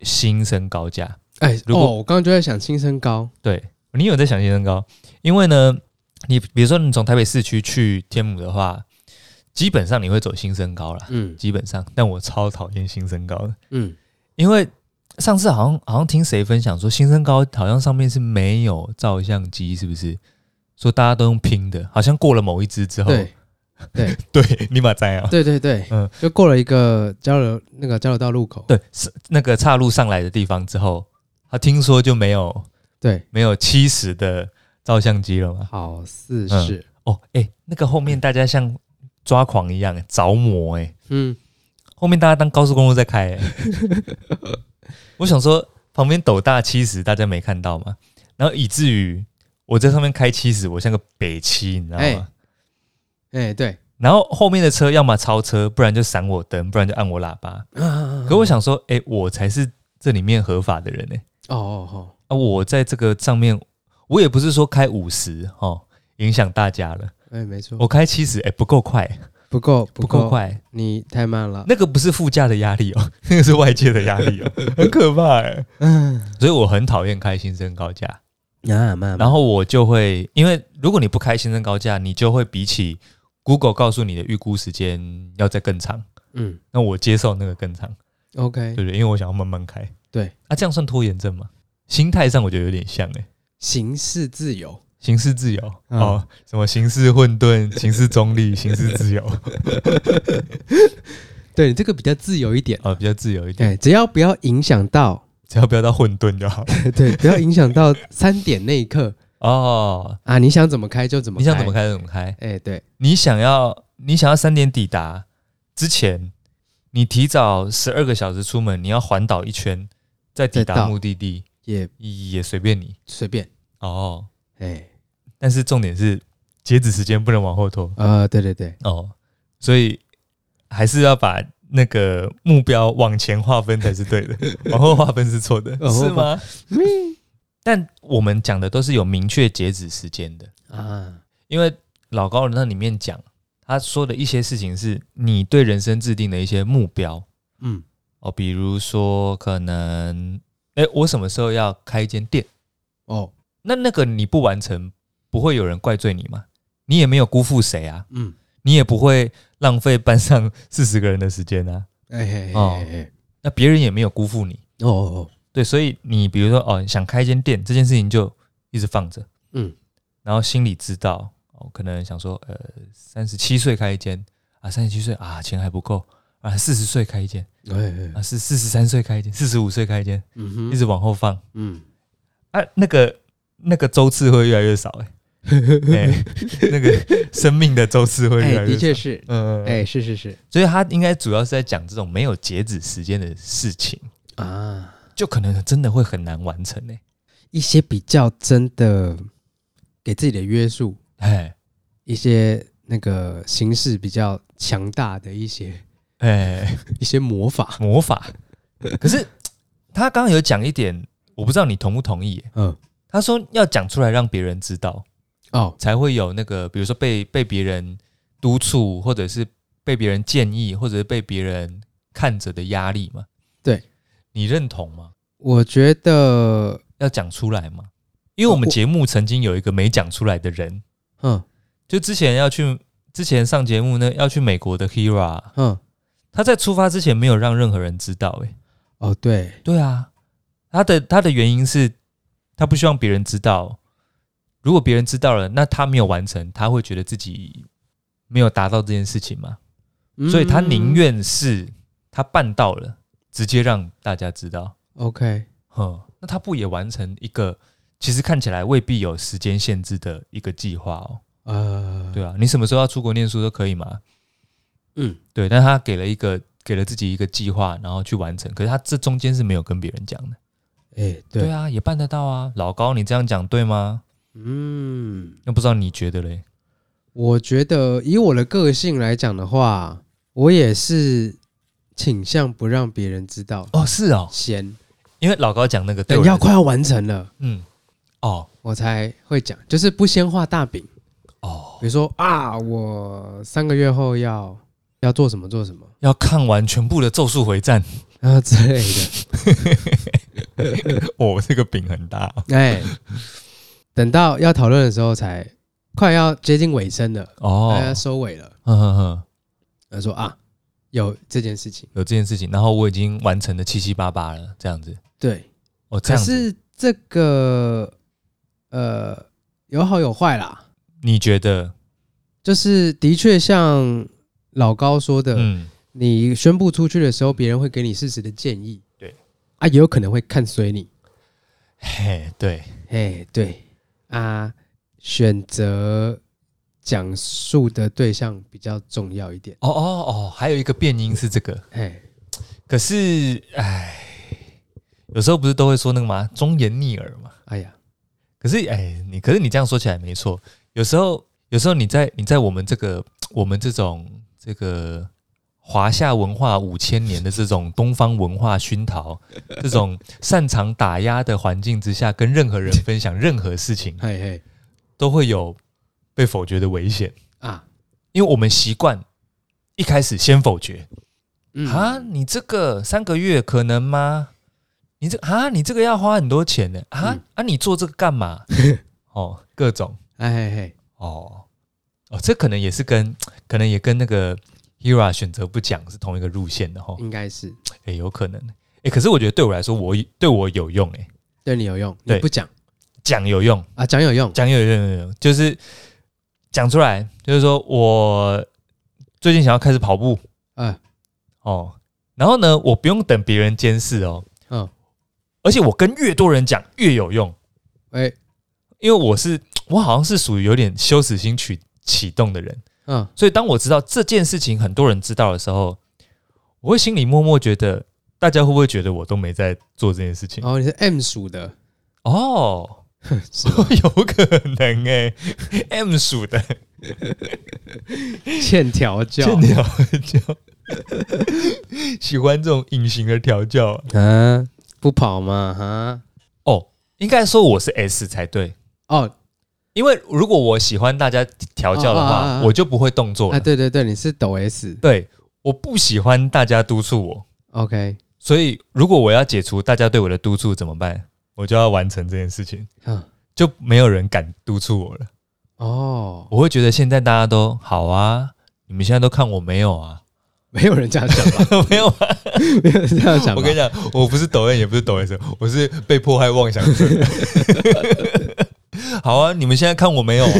Speaker 1: 新生高架，
Speaker 2: 哎，
Speaker 1: 如果
Speaker 2: 哦，我刚刚就在想轻身高，
Speaker 1: 对你有在想新增高，因为呢，你比如说你从台北市区去天母的话，基本上你会走新生高啦，
Speaker 2: 嗯
Speaker 1: 基本上。但我超讨厌新生高的，
Speaker 2: 嗯，
Speaker 1: 因为上次好像好像听谁分享说新生高好像上面是没有照相机，是不是？说大家都用拼的，好像过了某一支之后，
Speaker 2: 对
Speaker 1: 对，立马摘啊，
Speaker 2: 对对对，
Speaker 1: 嗯
Speaker 2: 就过了一个交流那个交流道路口，
Speaker 1: 对，是那个岔路上来的地方之后，他听说就没有
Speaker 2: 对，
Speaker 1: 没有七十的照相机了嘛，
Speaker 2: 好似
Speaker 1: 嗯
Speaker 2: 是，
Speaker 1: 哦，哎、那个后面大家像抓狂一样着魔哎、
Speaker 2: 嗯，
Speaker 1: 后面大家当高速公路在开、 欸。我想说，旁边斗大七十，大家没看到吗？然后以至于我在上面开七十，我像个北七，你知道吗？
Speaker 2: 哎哎，对，
Speaker 1: 然后后面的车要么超车，不然就闪我灯，不然就按我喇叭。
Speaker 2: 啊，
Speaker 1: 可我想说，哎、我才是这里面合法的人哎、
Speaker 2: 哦哦哦，
Speaker 1: 啊，我在这个上面，我也不是说开五十哦，影响大家了。
Speaker 2: 哎，没错，
Speaker 1: 我开七十，哎，不够快，
Speaker 2: 不够
Speaker 1: 不够，快，
Speaker 2: 你太慢了，
Speaker 1: 啊那个不是副驾的压力哦， 那个是外界的压力 哦，很可怕哎、
Speaker 2: 嗯，
Speaker 1: 所以我很讨厌开新增高架，
Speaker 2: 啊，慢，
Speaker 1: 然后我就会，因为如果你不开新增高架，你就会比起 Google 告诉你的预估时间要再更长，
Speaker 2: 嗯
Speaker 1: 那我接受那个更长，
Speaker 2: ，OK，
Speaker 1: 对不对？因为我想要慢慢开。
Speaker 2: 对，
Speaker 1: 啊，这样算拖延症吗？心态上我觉得有点像哎、
Speaker 2: 行事自由，
Speaker 1: 形式自由、
Speaker 2: 嗯
Speaker 1: 哦，什么形式混沌、 形式中立、形式自 由，
Speaker 2: 对你这个比较自由一点，
Speaker 1: 哦，比较自由一点，
Speaker 2: 哎，只要不要影响 到，
Speaker 1: 只要不要到混沌就好 了。
Speaker 2: 对，不要影响到三点那一刻
Speaker 1: 哦，
Speaker 2: 啊，你想怎么开就怎么，
Speaker 1: 你想怎么？开就怎么开，
Speaker 2: 哎，对，
Speaker 1: 你想要你想要三点抵达之前，你提早十二个小时出门，你要环岛一圈，再抵
Speaker 2: 再
Speaker 1: 达
Speaker 2: 到
Speaker 1: 目的地
Speaker 2: 也
Speaker 1: 也随便你
Speaker 2: 随便，
Speaker 1: 哦。
Speaker 2: 哎，
Speaker 1: 但是重点是截止时间不能往后拖
Speaker 2: 呃，对对对，
Speaker 1: 哦，所以还是要把那个目标往前划分才是对 的，往后划分是错的，
Speaker 2: 往后嗯
Speaker 1: 是吗？但我们讲的都是有明确截止时间的，
Speaker 2: 啊，
Speaker 1: 因为老高人那里面讲，他说的一些事情是你对人生制定的一些目标
Speaker 2: 嗯，
Speaker 1: 哦，比如说可能，哎、我什么时候要开一间店？
Speaker 2: 哦，
Speaker 1: 那那个你不完成，不会有人怪罪你吗？你也没有辜负谁啊，
Speaker 2: 嗯，
Speaker 1: 你也不会浪费班上 四十个人的时间啊，
Speaker 2: 哎哎
Speaker 1: 哦
Speaker 2: 哎哎，
Speaker 1: 那别人也没有辜负你，
Speaker 2: 哦哦，
Speaker 1: 对，所以你比如说哦，想开一间店这件事情就一直放着，
Speaker 2: 嗯，
Speaker 1: 然后心里知道，哦，可能想说，呃，三十七岁开一间啊，三十七岁啊，钱还不够啊，四十岁开一间，
Speaker 2: 哎哎，
Speaker 1: 啊是四十三岁开一间，四十五岁开一间，
Speaker 2: 嗯
Speaker 1: 一
Speaker 2: 哼，
Speaker 1: 直往后放
Speaker 2: 嗯，
Speaker 1: 啊，那个那个周次会越来越少 哎、哎那个生命的周次会越来越
Speaker 2: 哎，的
Speaker 1: 少。
Speaker 2: 确是，
Speaker 1: 嗯，哎、
Speaker 2: 哎，是是是
Speaker 1: 所以他应该主要是在讲这种没有截止时间的事情，
Speaker 2: 啊，
Speaker 1: 就可能真的会很难完成哎、
Speaker 2: 一些比较真的给自己的约束，
Speaker 1: 哎
Speaker 2: 一些那个形式比较强大的一些
Speaker 1: 哎，
Speaker 2: 一些魔法，
Speaker 1: 魔法。可是他刚刚有讲一点，我不知道你同不同意、欸
Speaker 2: 嗯，
Speaker 1: 他说要讲出来让别人知道，
Speaker 2: 哦，
Speaker 1: 才会有那个，比如说被被别人督促，或者是被别人建议，或者是被别人看着的压力嘛。
Speaker 2: 对，
Speaker 1: 你认同吗？
Speaker 2: 我觉得，
Speaker 1: 要讲出来吗？因为我们
Speaker 2: 我
Speaker 1: 节目曾经有一个没讲出来的人，
Speaker 2: 嗯
Speaker 1: 就之前要去之前上节目呢，要去美国的 Hira，
Speaker 2: 嗯，
Speaker 1: 他在出发之前没有让任何人知道、欸，
Speaker 2: 哦，对，
Speaker 1: 对啊，他的他的原因是，他不希望别人知道。如果别人知道了，那他没有完成，他会觉得自己没有达到这件事情嘛？嗯
Speaker 2: 嗯
Speaker 1: 所以他宁
Speaker 2: 愿
Speaker 1: 愿是他办到了，直接让大家知道。
Speaker 2: OK，
Speaker 1: 哼，那他不也完成一个其实看起来未必有时间限制的一个计划哦？
Speaker 2: 呃，
Speaker 1: 对啊，你什么时候要出国念书都可以嘛？
Speaker 2: 嗯，
Speaker 1: 对，但他给了一个给了自己一个计划，然后去完成。可是他这中间是没有跟别人讲的。
Speaker 2: 哎，
Speaker 1: 对
Speaker 2: 对，
Speaker 1: 啊，也办得到啊。老高，你这样讲对吗？
Speaker 2: 嗯。
Speaker 1: 那不知道你觉得嘞？
Speaker 2: 我觉得以我的个性来讲的话，我也是倾向不让别人知道
Speaker 1: 哦，是哦，
Speaker 2: 先，
Speaker 1: 因为老高讲那个对
Speaker 2: 等
Speaker 1: 我
Speaker 2: 要
Speaker 1: 来
Speaker 2: 快要完成了，
Speaker 1: 嗯，哦
Speaker 2: 我才会讲，就是不先画大饼。
Speaker 1: 哦，
Speaker 2: 比如说啊，我三个月后要要做什么做什么
Speaker 1: 要看完全部的《咒术回战》
Speaker 2: 啊之类的，
Speaker 1: 哦，这个饼很大
Speaker 2: 哎，等到要讨论的时候才快要接近尾声了，
Speaker 1: 哦
Speaker 2: 大。家收尾了，
Speaker 1: 哼哼哼，
Speaker 2: 他说啊，有这件事情，
Speaker 1: 有这件事情，然后我已经完成的七七八八了，这样子
Speaker 2: 对，
Speaker 1: 哦，这
Speaker 2: 可
Speaker 1: 样子，
Speaker 2: 是这个呃有好有坏啦，
Speaker 1: 你觉得？
Speaker 2: 就是的确像老高说的，
Speaker 1: 嗯，
Speaker 2: 你宣布出去的时候，别人会给你适时的建议，
Speaker 1: 对
Speaker 2: 啊，也有可能会看衰你，
Speaker 1: 嘿，对，
Speaker 2: 哎，对啊，选择讲述的对象比较重要一点，
Speaker 1: 哦哦哦，还有一个变音是这个，
Speaker 2: 哎，
Speaker 1: 可是，哎，有时候不是都会说那个嘛，忠言逆耳嘛。
Speaker 2: 哎呀，
Speaker 1: 可是，哎，你可是你这样说起来没错。有时候，有时候你在你在我们这个我们这种这个华夏文化五千年的这种东方文化熏陶，这种擅长打压的环境之下，跟任何人分享 任何事情，
Speaker 2: 嘿嘿
Speaker 1: 都会有被否决的危险，
Speaker 2: 啊，
Speaker 1: 因为我们习惯一开始先否决，
Speaker 2: 嗯
Speaker 1: 啊，你这个三个月可能吗？你这啊，你这个要花很多钱呢啊、
Speaker 2: 嗯
Speaker 1: 啊！你做这个干 嘛？哦，各种
Speaker 2: 哎嘿嘿，
Speaker 1: 哦哦，这可能也是跟可能也跟那个 Hira 选择不讲是同一个路线的哦，
Speaker 2: 应该是
Speaker 1: 也、有可能哎、可是我觉得对我来说，我对我有用哎、
Speaker 2: 对你有用，你
Speaker 1: 对
Speaker 2: 不讲
Speaker 1: 讲有用，
Speaker 2: 啊，讲有用，
Speaker 1: 讲有用有用有用，就是讲出来，就是说我最近想要开始跑步
Speaker 2: 呃，
Speaker 1: 哦，然后呢，我不用等别人监视哦，
Speaker 2: 嗯，
Speaker 1: 而且我跟越多人讲越有用，
Speaker 2: 哎，
Speaker 1: 因为我是我好像是属于有点羞耻心启启动的人，
Speaker 2: 嗯
Speaker 1: 所以当我知道这件事情很多人知道的时候，我会心里默默觉得，大家会不会觉得我都没在做这件事情？
Speaker 2: 哦，你是 M 属的，
Speaker 1: 哦，
Speaker 2: 是吗
Speaker 1: 有可能哎、m 属的
Speaker 2: 欠调教，
Speaker 1: 欠调教，喜欢这种隐形的调教啊、
Speaker 2: 啊，不跑嘛，哈，
Speaker 1: 哦，应该说我是 S 才对。
Speaker 2: 哦，
Speaker 1: 因为如果我喜欢大家调教的话，
Speaker 2: 啊啊啊啊
Speaker 1: 我就不会动作了。
Speaker 2: 啊，对对对，你是抖 S，OK，、
Speaker 1: 对，我不喜欢大家督促我，
Speaker 2: OK，
Speaker 1: 所以如果我要解除大家对我的督促怎么办？我就要完成这件事情，
Speaker 2: 啊，
Speaker 1: 就没有人敢督促我了。
Speaker 2: 哦，
Speaker 1: 我会觉得现在大家都好啊，你们现在都看我没有啊，
Speaker 2: 没有人这样讲吧？
Speaker 1: 没有啊。
Speaker 2: 没有人这样讲吧
Speaker 1: 我跟你讲，我不是抖 N 也不是抖 S，我是被迫害妄想 症。好啊，你们现在看我没有啊？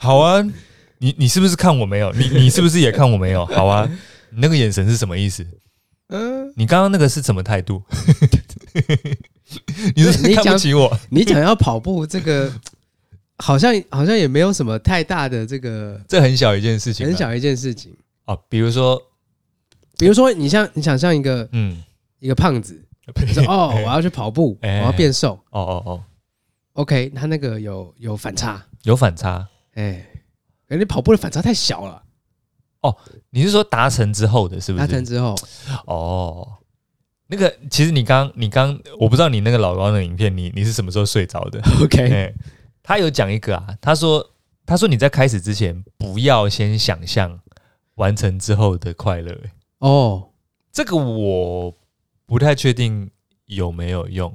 Speaker 1: 好啊，你你是不是看我没有？你你是不是也看我没有？好啊，你那个眼神是什么意思？
Speaker 2: 嗯，
Speaker 1: 你刚刚那个是什么态度？ 你是不
Speaker 2: 你
Speaker 1: 是看不
Speaker 2: 讲
Speaker 1: 起我？
Speaker 2: 你讲要跑步这个，好像好像也没有什么太大的这个
Speaker 1: 这很小一件事情啊，
Speaker 2: 很小一件事情。
Speaker 1: 哦。比如说，
Speaker 2: 比如说，你像你想象一个
Speaker 1: 嗯，
Speaker 2: 一个胖子，你说哦，我要去跑步，我
Speaker 1: 哎
Speaker 2: 要变瘦
Speaker 1: 哦哦哦，
Speaker 2: ，OK，他那个有有反差，
Speaker 1: 有反差。
Speaker 2: 哎，感觉跑步的反差太小了。
Speaker 1: 你是说达成之后的，是不
Speaker 2: 他成
Speaker 1: 是？
Speaker 2: 之后，
Speaker 1: 哦，那个其实你刚你刚，我不知道你那个老高的影片，你你是什么时候睡着 的？哎、
Speaker 2: OK，
Speaker 1: 他有讲一个啊，他说他说你在开始之前不要先想象完成之后的快乐、哎
Speaker 2: 哦，
Speaker 1: 这个我不太确定有没有用，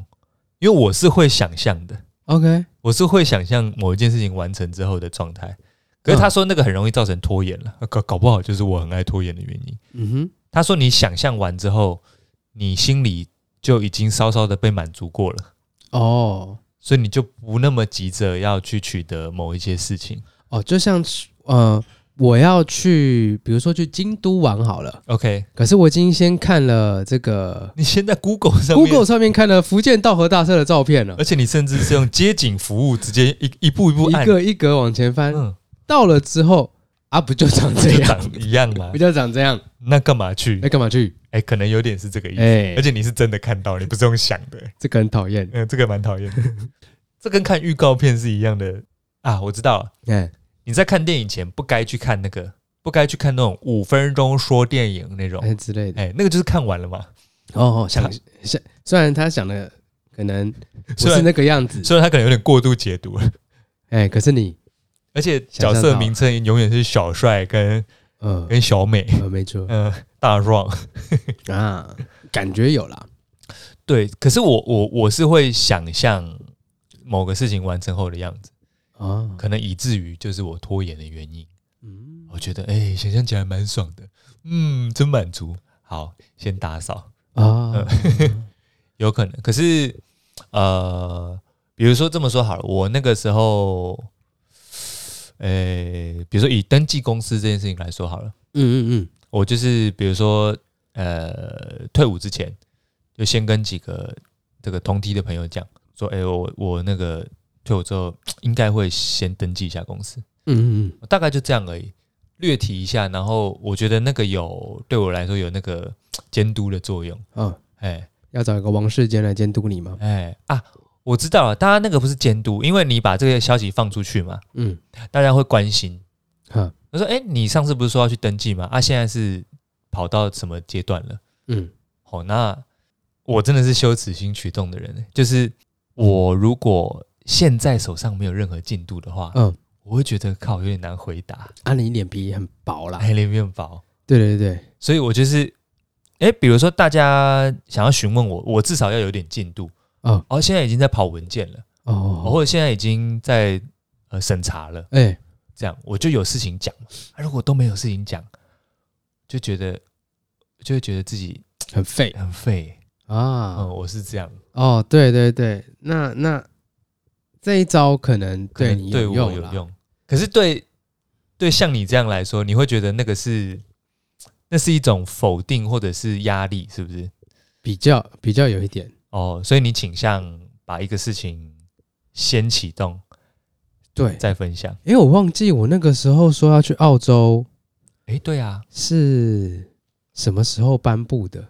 Speaker 1: 因为我是会想象的，
Speaker 2: OK，
Speaker 1: 我是会想象某一件事情完成之后的状态。可是
Speaker 2: 嗯
Speaker 1: 他说那个很容易造成拖延了，搞搞不好就是我很爱拖延的原因。
Speaker 2: 嗯哼，
Speaker 1: 他说你想象完之后，你心里就已经稍稍的被满足过了，
Speaker 2: 哦，
Speaker 1: 所以你就不那么急着要去取得某一些事情。
Speaker 2: 哦，就像呃，我要去，比如说去京都玩好了，
Speaker 1: OK，
Speaker 2: 可是我已经先看了这个
Speaker 1: 你先在 Google 上面
Speaker 2: Google 上面看了福建道和大社的照片了
Speaker 1: 而，且你甚至是用街景服务，直接一一步一步按
Speaker 2: 一，个一格往前翻，
Speaker 1: 嗯，
Speaker 2: 到了之后啊，不就长这
Speaker 1: 就
Speaker 2: 样，
Speaker 1: 长一样嘛
Speaker 2: 不。就长这样，
Speaker 1: 那干嘛去
Speaker 2: 那？干嘛 去？
Speaker 1: 哎、可能有点是这个意思。
Speaker 2: 哎
Speaker 1: 而且你是真的看到，你不是用想的。
Speaker 2: 这个很讨厌，
Speaker 1: 嗯、这个蛮讨厌的。这跟看预告片是一样的啊！我知道了，
Speaker 2: 哎，
Speaker 1: 你在看电影前不该去看那个，不该去看那种五分钟说电影那种。
Speaker 2: 哎之类的。
Speaker 1: 哎、那个就是看完了嘛。
Speaker 2: 哦，哦想想，虽然他想的可能不
Speaker 1: 虽
Speaker 2: 是
Speaker 1: 然
Speaker 2: 那个样子，
Speaker 1: 虽然他可能有点过度解读了，
Speaker 2: 哎，可是你，
Speaker 1: 而且角色名称永远是小帅跟
Speaker 2: 呃，
Speaker 1: 跟小美，
Speaker 2: 呃没错
Speaker 1: 嗯、大壮。
Speaker 2: 啊，感觉有啦。
Speaker 1: 对，可是我我我是会想象某个事情完成后的样子，
Speaker 2: 啊，
Speaker 1: 可能以至于就是我拖延的原因。
Speaker 2: 嗯，
Speaker 1: 我觉得哎、想象起来蛮爽的，嗯，真满足。好，先打扫，呃
Speaker 2: 啊，
Speaker 1: 有可能。可是呃，比如说这么说好了，我那个时候，呃、比如说以登记公司这件事情来说好了，
Speaker 2: 嗯嗯
Speaker 1: 我就是比如说呃，退伍之前就先跟几个这个同梯的朋友讲说，哎、我我那个退伍之后应该会先登记一下公司，
Speaker 2: 嗯嗯嗯，
Speaker 1: 大概就这样而已，略提一下。然后我觉得那个有对我来说有那个监督的作用，
Speaker 2: 嗯啊，
Speaker 1: 哎
Speaker 2: 要找一个王世坚来监督你吗？
Speaker 1: 哎啊。我知道了，大家那个不是监督，因为你把这个消息放出去嘛，
Speaker 2: 嗯，
Speaker 1: 大家会关心。
Speaker 2: 哈，
Speaker 1: 他说：“哎、你上次不是说要去登记吗？啊，现在是跑到什么阶段了？”
Speaker 2: 嗯
Speaker 1: 好，那我真的是羞耻心驱动的人欸，就是我如果现在手上没有任何进度的话，
Speaker 2: 嗯，
Speaker 1: 我会觉得靠有点难回答，
Speaker 2: 啊，你脸皮很薄啦。
Speaker 1: 黑脸面包，
Speaker 2: 对对对，
Speaker 1: 所以我就是，哎、比如说大家想要询问我，我至少要有点进度，
Speaker 2: 嗯，
Speaker 1: 哦，现在已经在跑文件了，
Speaker 2: 哦，
Speaker 1: 或者现在已经在呃审查了，
Speaker 2: 哎，
Speaker 1: 这样我就有事情讲嘛，啊，如果都没有事情讲，就觉得就会觉得自己
Speaker 2: 很废
Speaker 1: 很废，
Speaker 2: 啊
Speaker 1: 嗯，。我是这样。
Speaker 2: 哦，对对对，那那这一招可能
Speaker 1: 可
Speaker 2: 对
Speaker 1: 能
Speaker 2: 你
Speaker 1: 对我
Speaker 2: 用
Speaker 1: 有
Speaker 2: 啦。
Speaker 1: 用。可是对对像你这样来说，你会觉得那个是那是一种否定或者是压力，是不是？
Speaker 2: 比较比较有一点，
Speaker 1: 哦，所以你倾向把一个事情先启动
Speaker 2: 对，
Speaker 1: 再分享。
Speaker 2: 因为我忘记我那个时候说要去澳洲
Speaker 1: 诶，对啊，
Speaker 2: 是什么时候颁布的，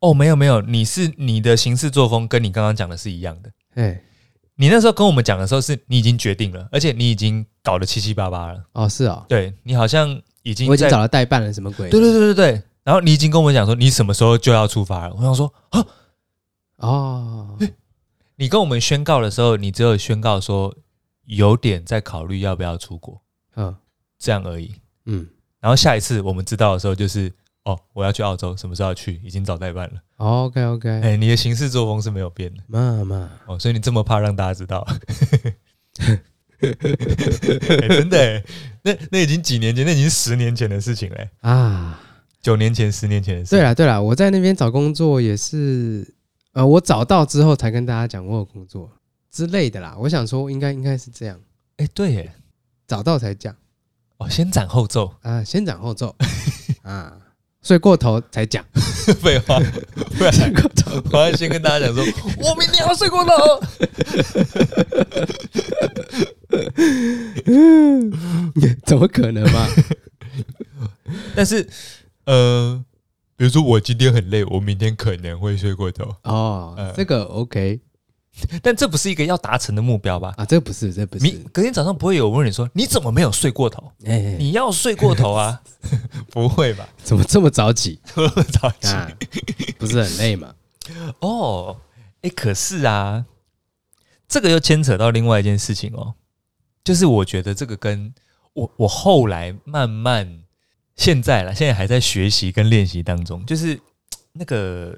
Speaker 1: 哦，没有没有，你是你的行事作风跟你刚刚讲的是一样的。
Speaker 2: 哎，
Speaker 1: 你那时候跟我们讲的时候，是你已经决定了，而且你已经搞得七七八八了。
Speaker 2: 哦是哦，
Speaker 1: 对你好像已经
Speaker 2: 我已经
Speaker 1: 在
Speaker 2: 找到代办了，什么鬼？
Speaker 1: 对对对对对，然后你已经跟我们讲说你什么时候就要出发了。我想说，啊
Speaker 2: 哦，
Speaker 1: 你跟我们宣告的时候，你只有宣告说有点在考虑要不要出国，
Speaker 2: 嗯
Speaker 1: 这样而已。
Speaker 2: 嗯，
Speaker 1: 然后下一次我们知道的时候，就是哦，我要去澳洲，什么时候要去，已经找代办了。
Speaker 2: OK OK，
Speaker 1: 哎、你的行事作风是没有变的
Speaker 2: 哦妈妈，
Speaker 1: 哦，所以你这么怕让大家知道， 哎真的、哎那那已经几年前，那已经十年前的事情嘞、哎
Speaker 2: 啊，
Speaker 1: 九年前、十年前的事。
Speaker 2: 对，了对了，我在那边找工作也是，呃，我找到之后才跟大家讲我有工作之类的啦。我想说应该应该是这样，
Speaker 1: 哎、对耶，
Speaker 2: 找到才讲
Speaker 1: 哦，先斩后奏，
Speaker 2: 啊，先斩后奏啊。睡过头 才讲，
Speaker 1: 废话，不然我要先跟大家讲说，我明天要睡过头。
Speaker 2: 怎么可能嘛？
Speaker 1: 但是，呃，比如说我今天很累，我明天可能会睡过头，
Speaker 2: 哦
Speaker 1: 呃，
Speaker 2: 这个 OK
Speaker 1: 但这不是一个要达成的目标吧？
Speaker 2: 啊，这个不是，这个不
Speaker 1: 明
Speaker 2: 是，
Speaker 1: 隔天早上不会有人问你说你怎么没有睡过头？
Speaker 2: 哎哎，哎
Speaker 1: 你要睡过头啊？ 不会吧？
Speaker 2: 怎么这么早起
Speaker 1: 着急
Speaker 2: 啊？不是很累嘛？
Speaker 1: 哦，哎，可是啊，这个又牵扯到另外一件事情哦，就是我觉得这个跟我我后来慢慢现在啦，现在还在学习跟练习当中，就是那个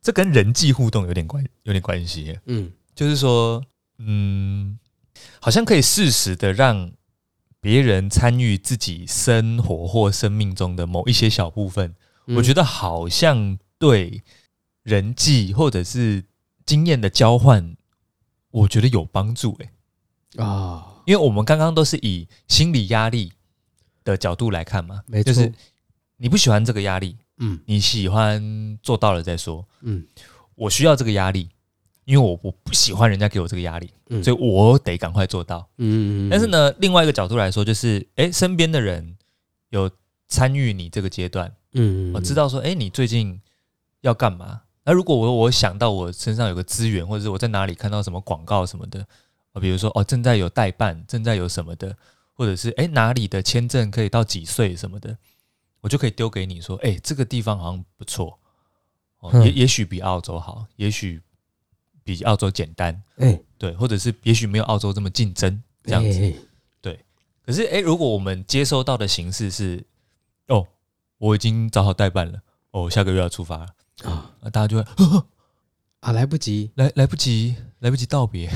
Speaker 1: 这跟人际互动有点关有点关系耶，
Speaker 2: 嗯，
Speaker 1: 就是说，嗯，好像可以适时的让别人参与自己生活或生命中的某一些小部分，我觉
Speaker 2: 得
Speaker 1: 得好像对人际或者是经验的交换，我觉得有帮助诶、
Speaker 2: 啊，
Speaker 1: 因为我们刚刚都是以心理压力的角度来看嘛，
Speaker 2: 没错
Speaker 1: 就是你不喜欢这个压力，
Speaker 2: 嗯
Speaker 1: 你喜欢做到了再说。
Speaker 2: 嗯
Speaker 1: 我需要这个压力，因为我我不喜欢人家给我这个压力，
Speaker 2: 嗯
Speaker 1: 所以我得赶快做到。
Speaker 2: 嗯嗯嗯，
Speaker 1: 但是呢，另外一个角度来说，就是诶，身边的人有参与你这个阶段，
Speaker 2: 嗯，嗯，
Speaker 1: 我知
Speaker 2: 道
Speaker 1: 道说，哎、你最近要干嘛？那如果我我想到我身上有个资源，或者是我在哪里看到什么广告什么的，啊，比如说哦，正在有代办，正在有什么的，或者是哎、诶哪里的签证可以到几岁什么的，我就可以丢给你说，哎、这个地方好像不错，哦，
Speaker 2: 嗯
Speaker 1: 也也许比澳洲好，也许比澳洲简单，
Speaker 2: 哎
Speaker 1: 对，或者是也许没有澳洲这么竞争这样子。
Speaker 2: 哎哎
Speaker 1: 可是，哎、如果我们接收到的形式是，哦，我已经找好代办了，哦，下个月要出发了，
Speaker 2: 啊
Speaker 1: 啊，大家就会呵呵
Speaker 2: 啊，来不及，
Speaker 1: 来来不及，来不及道别，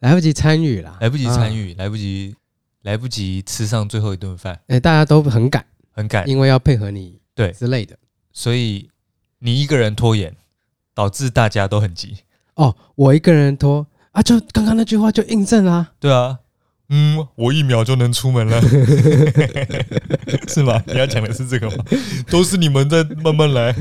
Speaker 2: 来不及参与啦，
Speaker 1: 来不及参
Speaker 2: 啊。
Speaker 1: 与，来不及，来不及吃上最后一顿饭，
Speaker 2: 哎，大家都很赶，
Speaker 1: 很赶。
Speaker 2: 因为要配合你
Speaker 1: 对
Speaker 2: 之类的。
Speaker 1: 所以你一个人拖延，导致大家都很急。
Speaker 2: 哦，我一个人拖啊，就刚刚那句话就印证啦、
Speaker 1: 对啊，嗯，我一秒就能出门 了，是吗？你要讲的是这个吗？ 都是你们在慢慢 来。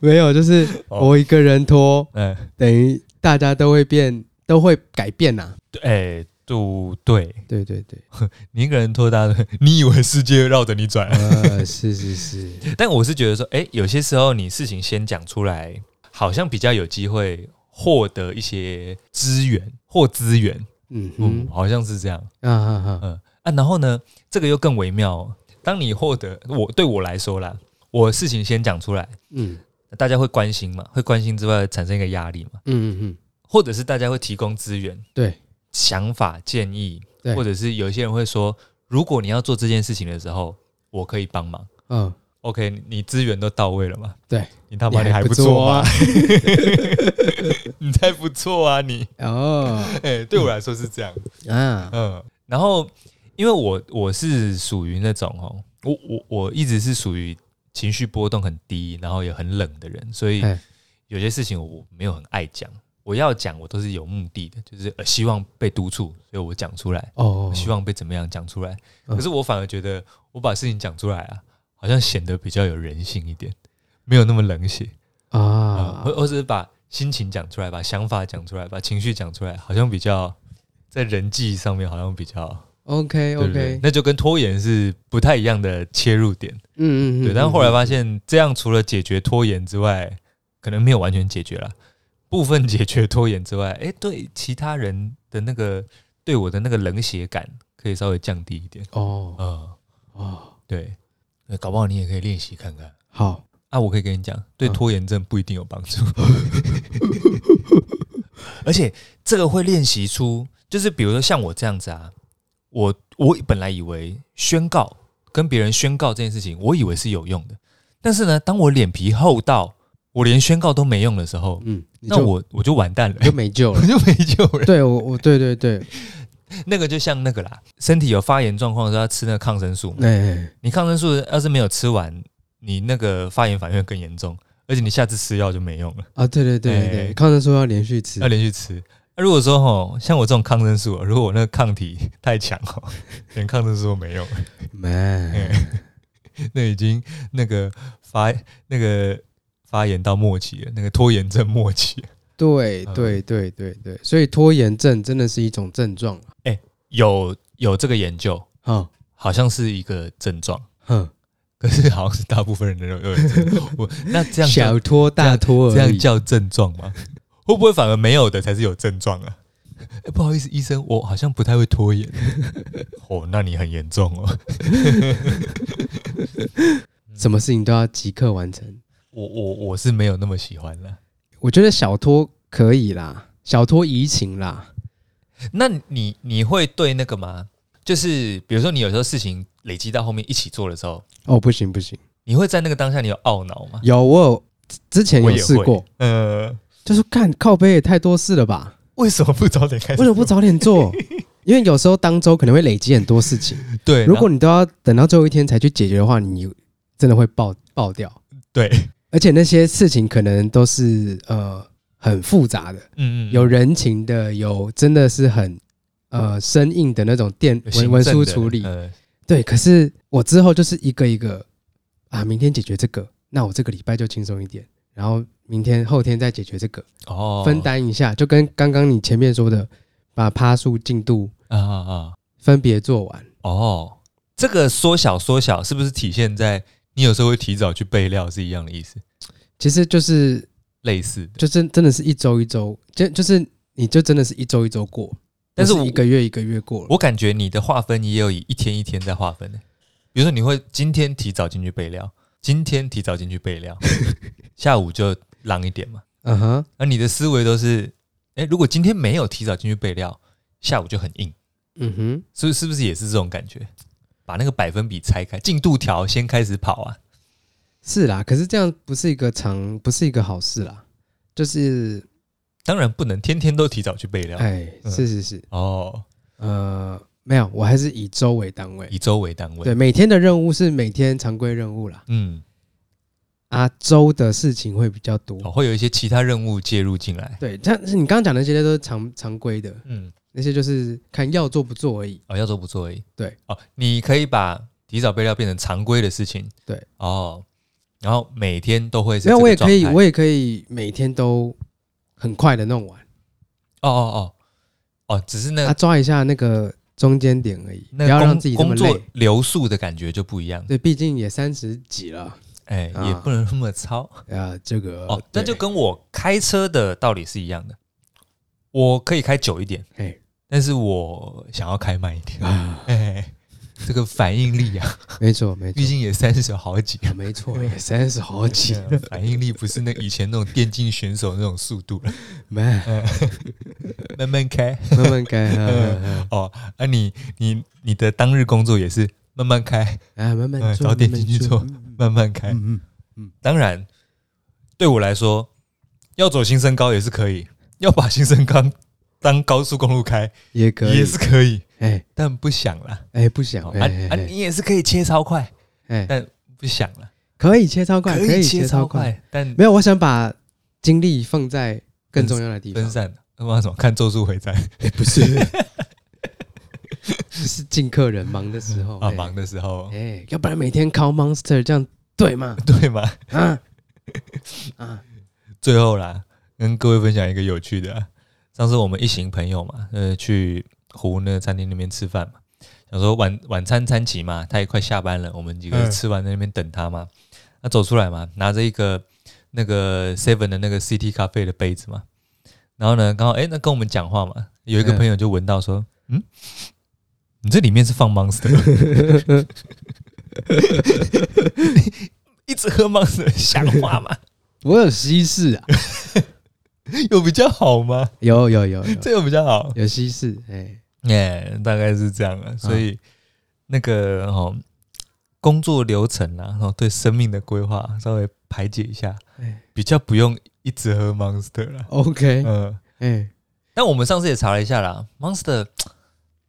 Speaker 2: 没有，就是
Speaker 1: 哦
Speaker 2: 我一个人拖，
Speaker 1: 嗯，
Speaker 2: 等于大家都会变，都会改变呐、
Speaker 1: 对哎，对对，
Speaker 2: 对对 对，
Speaker 1: 你一个人拖大家都，你以为世界绕着你转？
Speaker 2: 呃，是是是，
Speaker 1: 但我是觉得说，哎、有些时候你事情先讲出来，好像比较有机会获得一些资源或资源，
Speaker 2: 嗯
Speaker 1: 嗯，
Speaker 2: 哼，
Speaker 1: 好像是这样，
Speaker 2: 啊啊啊，
Speaker 1: 嗯啊，然后呢，这个又更微妙、哦，当你获得我对我来说啦，我事情先讲出来，
Speaker 2: 嗯
Speaker 1: 大家会关心嘛，会关心之外产生一个压力嘛，
Speaker 2: 嗯嗯
Speaker 1: 或者是大家会提供资源、
Speaker 2: 对，
Speaker 1: 想法、建议，
Speaker 2: 对
Speaker 1: 或者是有些人会说，如果你要做这件事情的时候，我可以帮忙。
Speaker 2: 嗯、哦，
Speaker 1: OK，你你资源都到位了吗？
Speaker 2: 对，
Speaker 1: 你他妈你
Speaker 2: 你还
Speaker 1: 还不
Speaker 2: 不
Speaker 1: 做
Speaker 2: 做
Speaker 1: 吗
Speaker 2: 啊？
Speaker 1: 你才不错啊！你
Speaker 2: 哦
Speaker 1: 哎、对我来说是这样，
Speaker 2: 啊，
Speaker 1: 嗯。然后，因为我我是属于那种哦，我我我一直是属于情绪波动很低，然后也很冷的人，所以
Speaker 2: 哎
Speaker 1: 有些事情我没有很爱讲。我要讲，我都是有目的的，就是、呃、希望被督促，所以我讲出来，
Speaker 2: 哦，
Speaker 1: 希望被怎么样讲出来。
Speaker 2: 嗯
Speaker 1: 可是我反而觉得，我把事情讲出来啊，好像显得比较有人性一点，没有那么冷血。啊，
Speaker 2: 啊
Speaker 1: 或，或者是把心情讲出来，把想法讲出来，把情绪讲出来，好像比较在人际上面好像比较
Speaker 2: OK
Speaker 1: 对不对
Speaker 2: OK，
Speaker 1: 那就跟拖延是不太一样的切入点，
Speaker 2: 嗯嗯嗯，
Speaker 1: 对。但后来发现这样除了解决拖延之外，可能没有完全解决了，部分解决拖延之外，哎，对其他人的那个对我的那个冷血感可以稍微降低一点，
Speaker 2: 哦
Speaker 1: 嗯，
Speaker 2: 哦，
Speaker 1: 对。呃搞不好你也可以练习看看
Speaker 2: 好，
Speaker 1: 啊！我可以跟你讲，对
Speaker 2: 嗯
Speaker 1: 拖延症不一定有帮助。 而且这个会练习出，就是比如说像我这样子啊，我我本来以为宣告跟别人宣告这件事情，我以为是有用的，但是呢，当我脸皮厚到我连宣告都没用的时候，
Speaker 2: 嗯，你
Speaker 1: 那
Speaker 2: 就
Speaker 1: 我我就完蛋了
Speaker 2: 你，就没救了
Speaker 1: 我，就没救了。
Speaker 2: 对我我对对对，
Speaker 1: 那个就像那个啦，身体有发炎状况的时候要吃那个抗生素嘛，
Speaker 2: 哎，
Speaker 1: 你抗生素要是没有吃完，你那个发炎反应会更严重，而且你下次吃药就没用了。
Speaker 2: 啊，对对对对
Speaker 1: 哎
Speaker 2: 对，抗生素要连续吃
Speaker 1: 要，连续吃。那、如果说吼，像我这种抗生素，啊如果 我那个抗体太强哦，连抗生素都没用，
Speaker 2: man，
Speaker 1: 那已经那个发那个发炎到末期了，那个拖延症末期了。
Speaker 2: 对
Speaker 1: 嗯
Speaker 2: 对对对对，所以拖延症真的是一种症状啊
Speaker 1: 有有这个研究，
Speaker 2: 哼
Speaker 1: 好像是一个症状，
Speaker 2: 哼，
Speaker 1: 可是好像是大部分人都有症状。 我那这样叫
Speaker 2: 小拖大拖
Speaker 1: 这
Speaker 2: 而
Speaker 1: 样
Speaker 2: 已。
Speaker 1: 叫症状吗？会不会反而没有的才是有症状 啊？哎不好意思，医生，我好像不太会拖 延。哦，那你很严重哦。
Speaker 2: 什么事情都要即刻完成。
Speaker 1: 我我我是没有那么喜欢了。
Speaker 2: 我觉得小拖可以啦，小拖怡情啦。
Speaker 1: 那你你会对那个吗？就是比如说，你有时候事情累积到后面一起做的时候，
Speaker 2: 哦，不行不行，
Speaker 1: 你会在那个当下你有懊恼吗？
Speaker 2: 有我有之前
Speaker 1: 我
Speaker 2: 有
Speaker 1: 也
Speaker 2: 试
Speaker 1: 会
Speaker 2: 过，
Speaker 1: 呃，
Speaker 2: 就是干靠背也太多事了吧？
Speaker 1: 为什么不早点开始？
Speaker 2: 为什么不早点做？
Speaker 1: 哦
Speaker 2: 因为有时候当周可能会累积很多事情，
Speaker 1: 对？
Speaker 2: 如果你都要等到最后一天才去解决的话，你真的会爆爆掉。
Speaker 1: 对，
Speaker 2: 而且那些事情可能都是呃很复杂的，
Speaker 1: 嗯嗯，
Speaker 2: 有人情的，有真的是很呃生硬的那种电
Speaker 1: 有
Speaker 2: 文
Speaker 1: 行
Speaker 2: 文
Speaker 1: 政
Speaker 2: 书
Speaker 1: 的
Speaker 2: 处理。
Speaker 1: 呃
Speaker 2: 对，可是我之后就是一个一个啊，明天解决这个，那我这个礼拜就轻松一点，然后明天后天再解决这个，
Speaker 1: 哦，
Speaker 2: 分担一下，就跟刚刚你前面说的，把趴数进度
Speaker 1: 啊啊啊
Speaker 2: 分别做完。
Speaker 1: 哦，这个缩小缩小是不是体现在你有时候会提早去备料是一样的意思？
Speaker 2: 其实就是
Speaker 1: 类似的，
Speaker 2: 就真真的是一周一周，就就是你就真的是一周一周过，
Speaker 1: 但是
Speaker 2: 不
Speaker 1: 我
Speaker 2: 一个月一个月过了。
Speaker 1: 我感觉你的划分也有以一天一天在划分的，比如说你会今天提早进去备料，今天提早进去 备料，下午就浪一点嘛。
Speaker 2: 嗯哼，
Speaker 1: 而你的思维都是，哎，如果今天没有提早进去备料，下午就很硬，
Speaker 2: 嗯哼，
Speaker 1: 是不是是不是也是这种感觉？把那个百分比拆开，进度条先开始跑啊。
Speaker 2: 是啦，可是这样不是一个长，不是一个好事啦。就是，
Speaker 1: 当然不能天天都提早去备料
Speaker 2: 哎，
Speaker 1: 嗯
Speaker 2: 是是是，
Speaker 1: 哦，
Speaker 2: 呃，没有，我还是以周为单位。
Speaker 1: 以周为单位。
Speaker 2: 对，每天的任务是每天常规任务啦，
Speaker 1: 嗯，
Speaker 2: 啊，周的事情会比较多。
Speaker 1: 哦，会有一些其他任务介入进来。
Speaker 2: 对，但是你刚刚讲的那些都是常常规的，
Speaker 1: 嗯，
Speaker 2: 那些就是看要做不做而已。
Speaker 1: 哦，要做不做而已。
Speaker 2: 对，
Speaker 1: 哦，你可以把提早备料变成常规的事情。
Speaker 2: 对，
Speaker 1: 哦，然后每天都会是这
Speaker 2: 没有，
Speaker 1: 个
Speaker 2: 我也可以，
Speaker 1: 状态
Speaker 2: 我也可以每天都很快的弄完，
Speaker 1: 哦哦哦哦，只是那
Speaker 2: 啊，抓一下那个中间点而已，不
Speaker 1: 那个
Speaker 2: 要让
Speaker 1: 工
Speaker 2: 自己那么
Speaker 1: 工作
Speaker 2: 累。
Speaker 1: 流速的感觉就不一样。
Speaker 2: 对，毕竟也三十几了，
Speaker 1: 哎、
Speaker 2: 啊
Speaker 1: 也不能那么糙
Speaker 2: 啊，这个
Speaker 1: 哦。那就
Speaker 2: 对
Speaker 1: 跟我开车的道理是一样的，我可以开久一点，
Speaker 2: 嘿
Speaker 1: 但是我想要开慢一点。
Speaker 2: 啊，
Speaker 1: 哎，这个反应力啊，
Speaker 2: 没错没错
Speaker 1: 毕，竟也三十好几
Speaker 2: 啊没 错，也三十好几了，
Speaker 1: 了， 反应力不是那以前那种电竞选手那种速度了，
Speaker 2: 慢
Speaker 1: 慢慢开
Speaker 2: 慢 慢改，啊
Speaker 1: 哦。啊你，你你的当日工作也是慢慢开，
Speaker 2: 啊啊，慢慢
Speaker 1: 嗯
Speaker 2: 做，
Speaker 1: 早点
Speaker 2: 慢慢
Speaker 1: 进去做哎
Speaker 2: 嗯
Speaker 1: 慢慢开。
Speaker 2: 嗯嗯。
Speaker 1: 当然，对我来说，要走新生高也是可以，要把新生高当高速公路开
Speaker 2: 也可以，
Speaker 1: 也是可以，
Speaker 2: 哎
Speaker 1: 但不想啦。
Speaker 2: 哎，不想
Speaker 1: 哦啊
Speaker 2: 哎
Speaker 1: 啊，
Speaker 2: 哎
Speaker 1: 你也是可以切超快，
Speaker 2: 哎，哎
Speaker 1: 但不想了，
Speaker 2: 可以切超快，可以
Speaker 1: 切
Speaker 2: 切超快。
Speaker 1: 快，但
Speaker 2: 没有，我想把精力放在更重要的地
Speaker 1: 分
Speaker 2: 方，
Speaker 1: 散。那我要怎么看《咒术回战》
Speaker 2: 不是，是进客人忙的时候
Speaker 1: 啊？
Speaker 2: 哎
Speaker 1: 忙的时候，
Speaker 2: 哎，要不然每天 call monster 这样对吗？
Speaker 1: 对吗？
Speaker 2: 啊啊，
Speaker 1: 最后啦，跟各位分享一个有趣的啊、上次我们一行朋友嘛，呃，去湖那个餐厅那边吃饭嘛，想说晚晚餐餐齐嘛，他也快下班了，我们几个
Speaker 2: 嗯
Speaker 1: 吃完在那边等他嘛。他走出来嘛，拿着一个那个 Seven 的那个 CT 咖啡的杯子嘛，然后呢，刚好哎、那跟我们讲话嘛，有一个
Speaker 2: 嗯
Speaker 1: 朋友就闻到说，嗯，你这里面是放 Monster，一直喝 Monster 像话吗？
Speaker 2: 我有西式啊，
Speaker 1: 有比较好吗？
Speaker 2: 有有有有
Speaker 1: 这个比较好，
Speaker 2: 有西式，哎，
Speaker 1: 哎、大概是这样啊。所以、那个哦，工作流程啊，然、后对生命的规划稍微排解一下
Speaker 2: 哎，
Speaker 1: 比较不用一直喝 Monster 了。
Speaker 2: OK，
Speaker 1: 嗯、
Speaker 2: 哎，
Speaker 1: 但我们上次也查了一下啦，Monster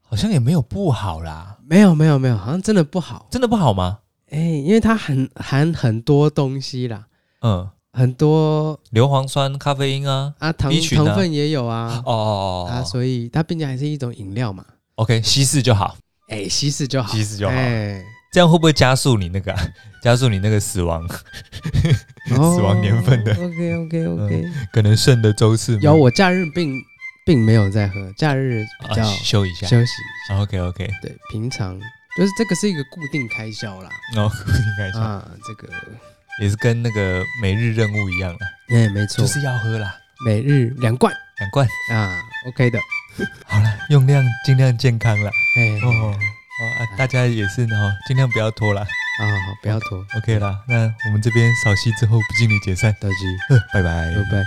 Speaker 1: 好像也没有不好啦，
Speaker 2: 没有没有没有，好像真的不好，
Speaker 1: 真的不好吗？
Speaker 2: 哎，因为它含含很多东西啦，
Speaker 1: 嗯，
Speaker 2: 很多
Speaker 1: 硫磺酸、咖啡因啊，
Speaker 2: 啊糖
Speaker 1: B 群啊
Speaker 2: 糖分也有啊
Speaker 1: 哦，哦
Speaker 2: 啊，
Speaker 1: 哦哦
Speaker 2: 所以它毕竟还是一种饮料嘛，
Speaker 1: ，OK，稀释就好，
Speaker 2: 哎，稀释就好，
Speaker 1: 稀释就好。
Speaker 2: 哎，
Speaker 1: 这样会不会加速你那个啊、加速你那个死亡？ 死亡年份的嗯
Speaker 2: OK OK OK，、
Speaker 1: 可能肾的周次吗
Speaker 2: 哦有我假日并并没有在喝，假日比
Speaker 1: 啊
Speaker 2: 较
Speaker 1: 修一下。
Speaker 2: 休息。
Speaker 1: OK OK，
Speaker 2: 对，平常就是这个是一个固定开销啦。
Speaker 1: 那我哦 应该说
Speaker 2: 啊，这个
Speaker 1: 也是跟那个每日任务一样啦，
Speaker 2: 哎、没错，
Speaker 1: 就是要喝啦，
Speaker 2: 每日两罐
Speaker 1: 两罐。
Speaker 2: 啊，OK 的。
Speaker 1: 好了，用量尽量健康啦。
Speaker 2: 哎、
Speaker 1: 哦哦啊，大家也是哦，尽量不要拖啦。
Speaker 2: 好啊好好，不要拖，
Speaker 1: OK 啦，那我们这边扫息之后不敬礼解散，
Speaker 2: 道具，
Speaker 1: 呃拜拜
Speaker 2: 拜拜。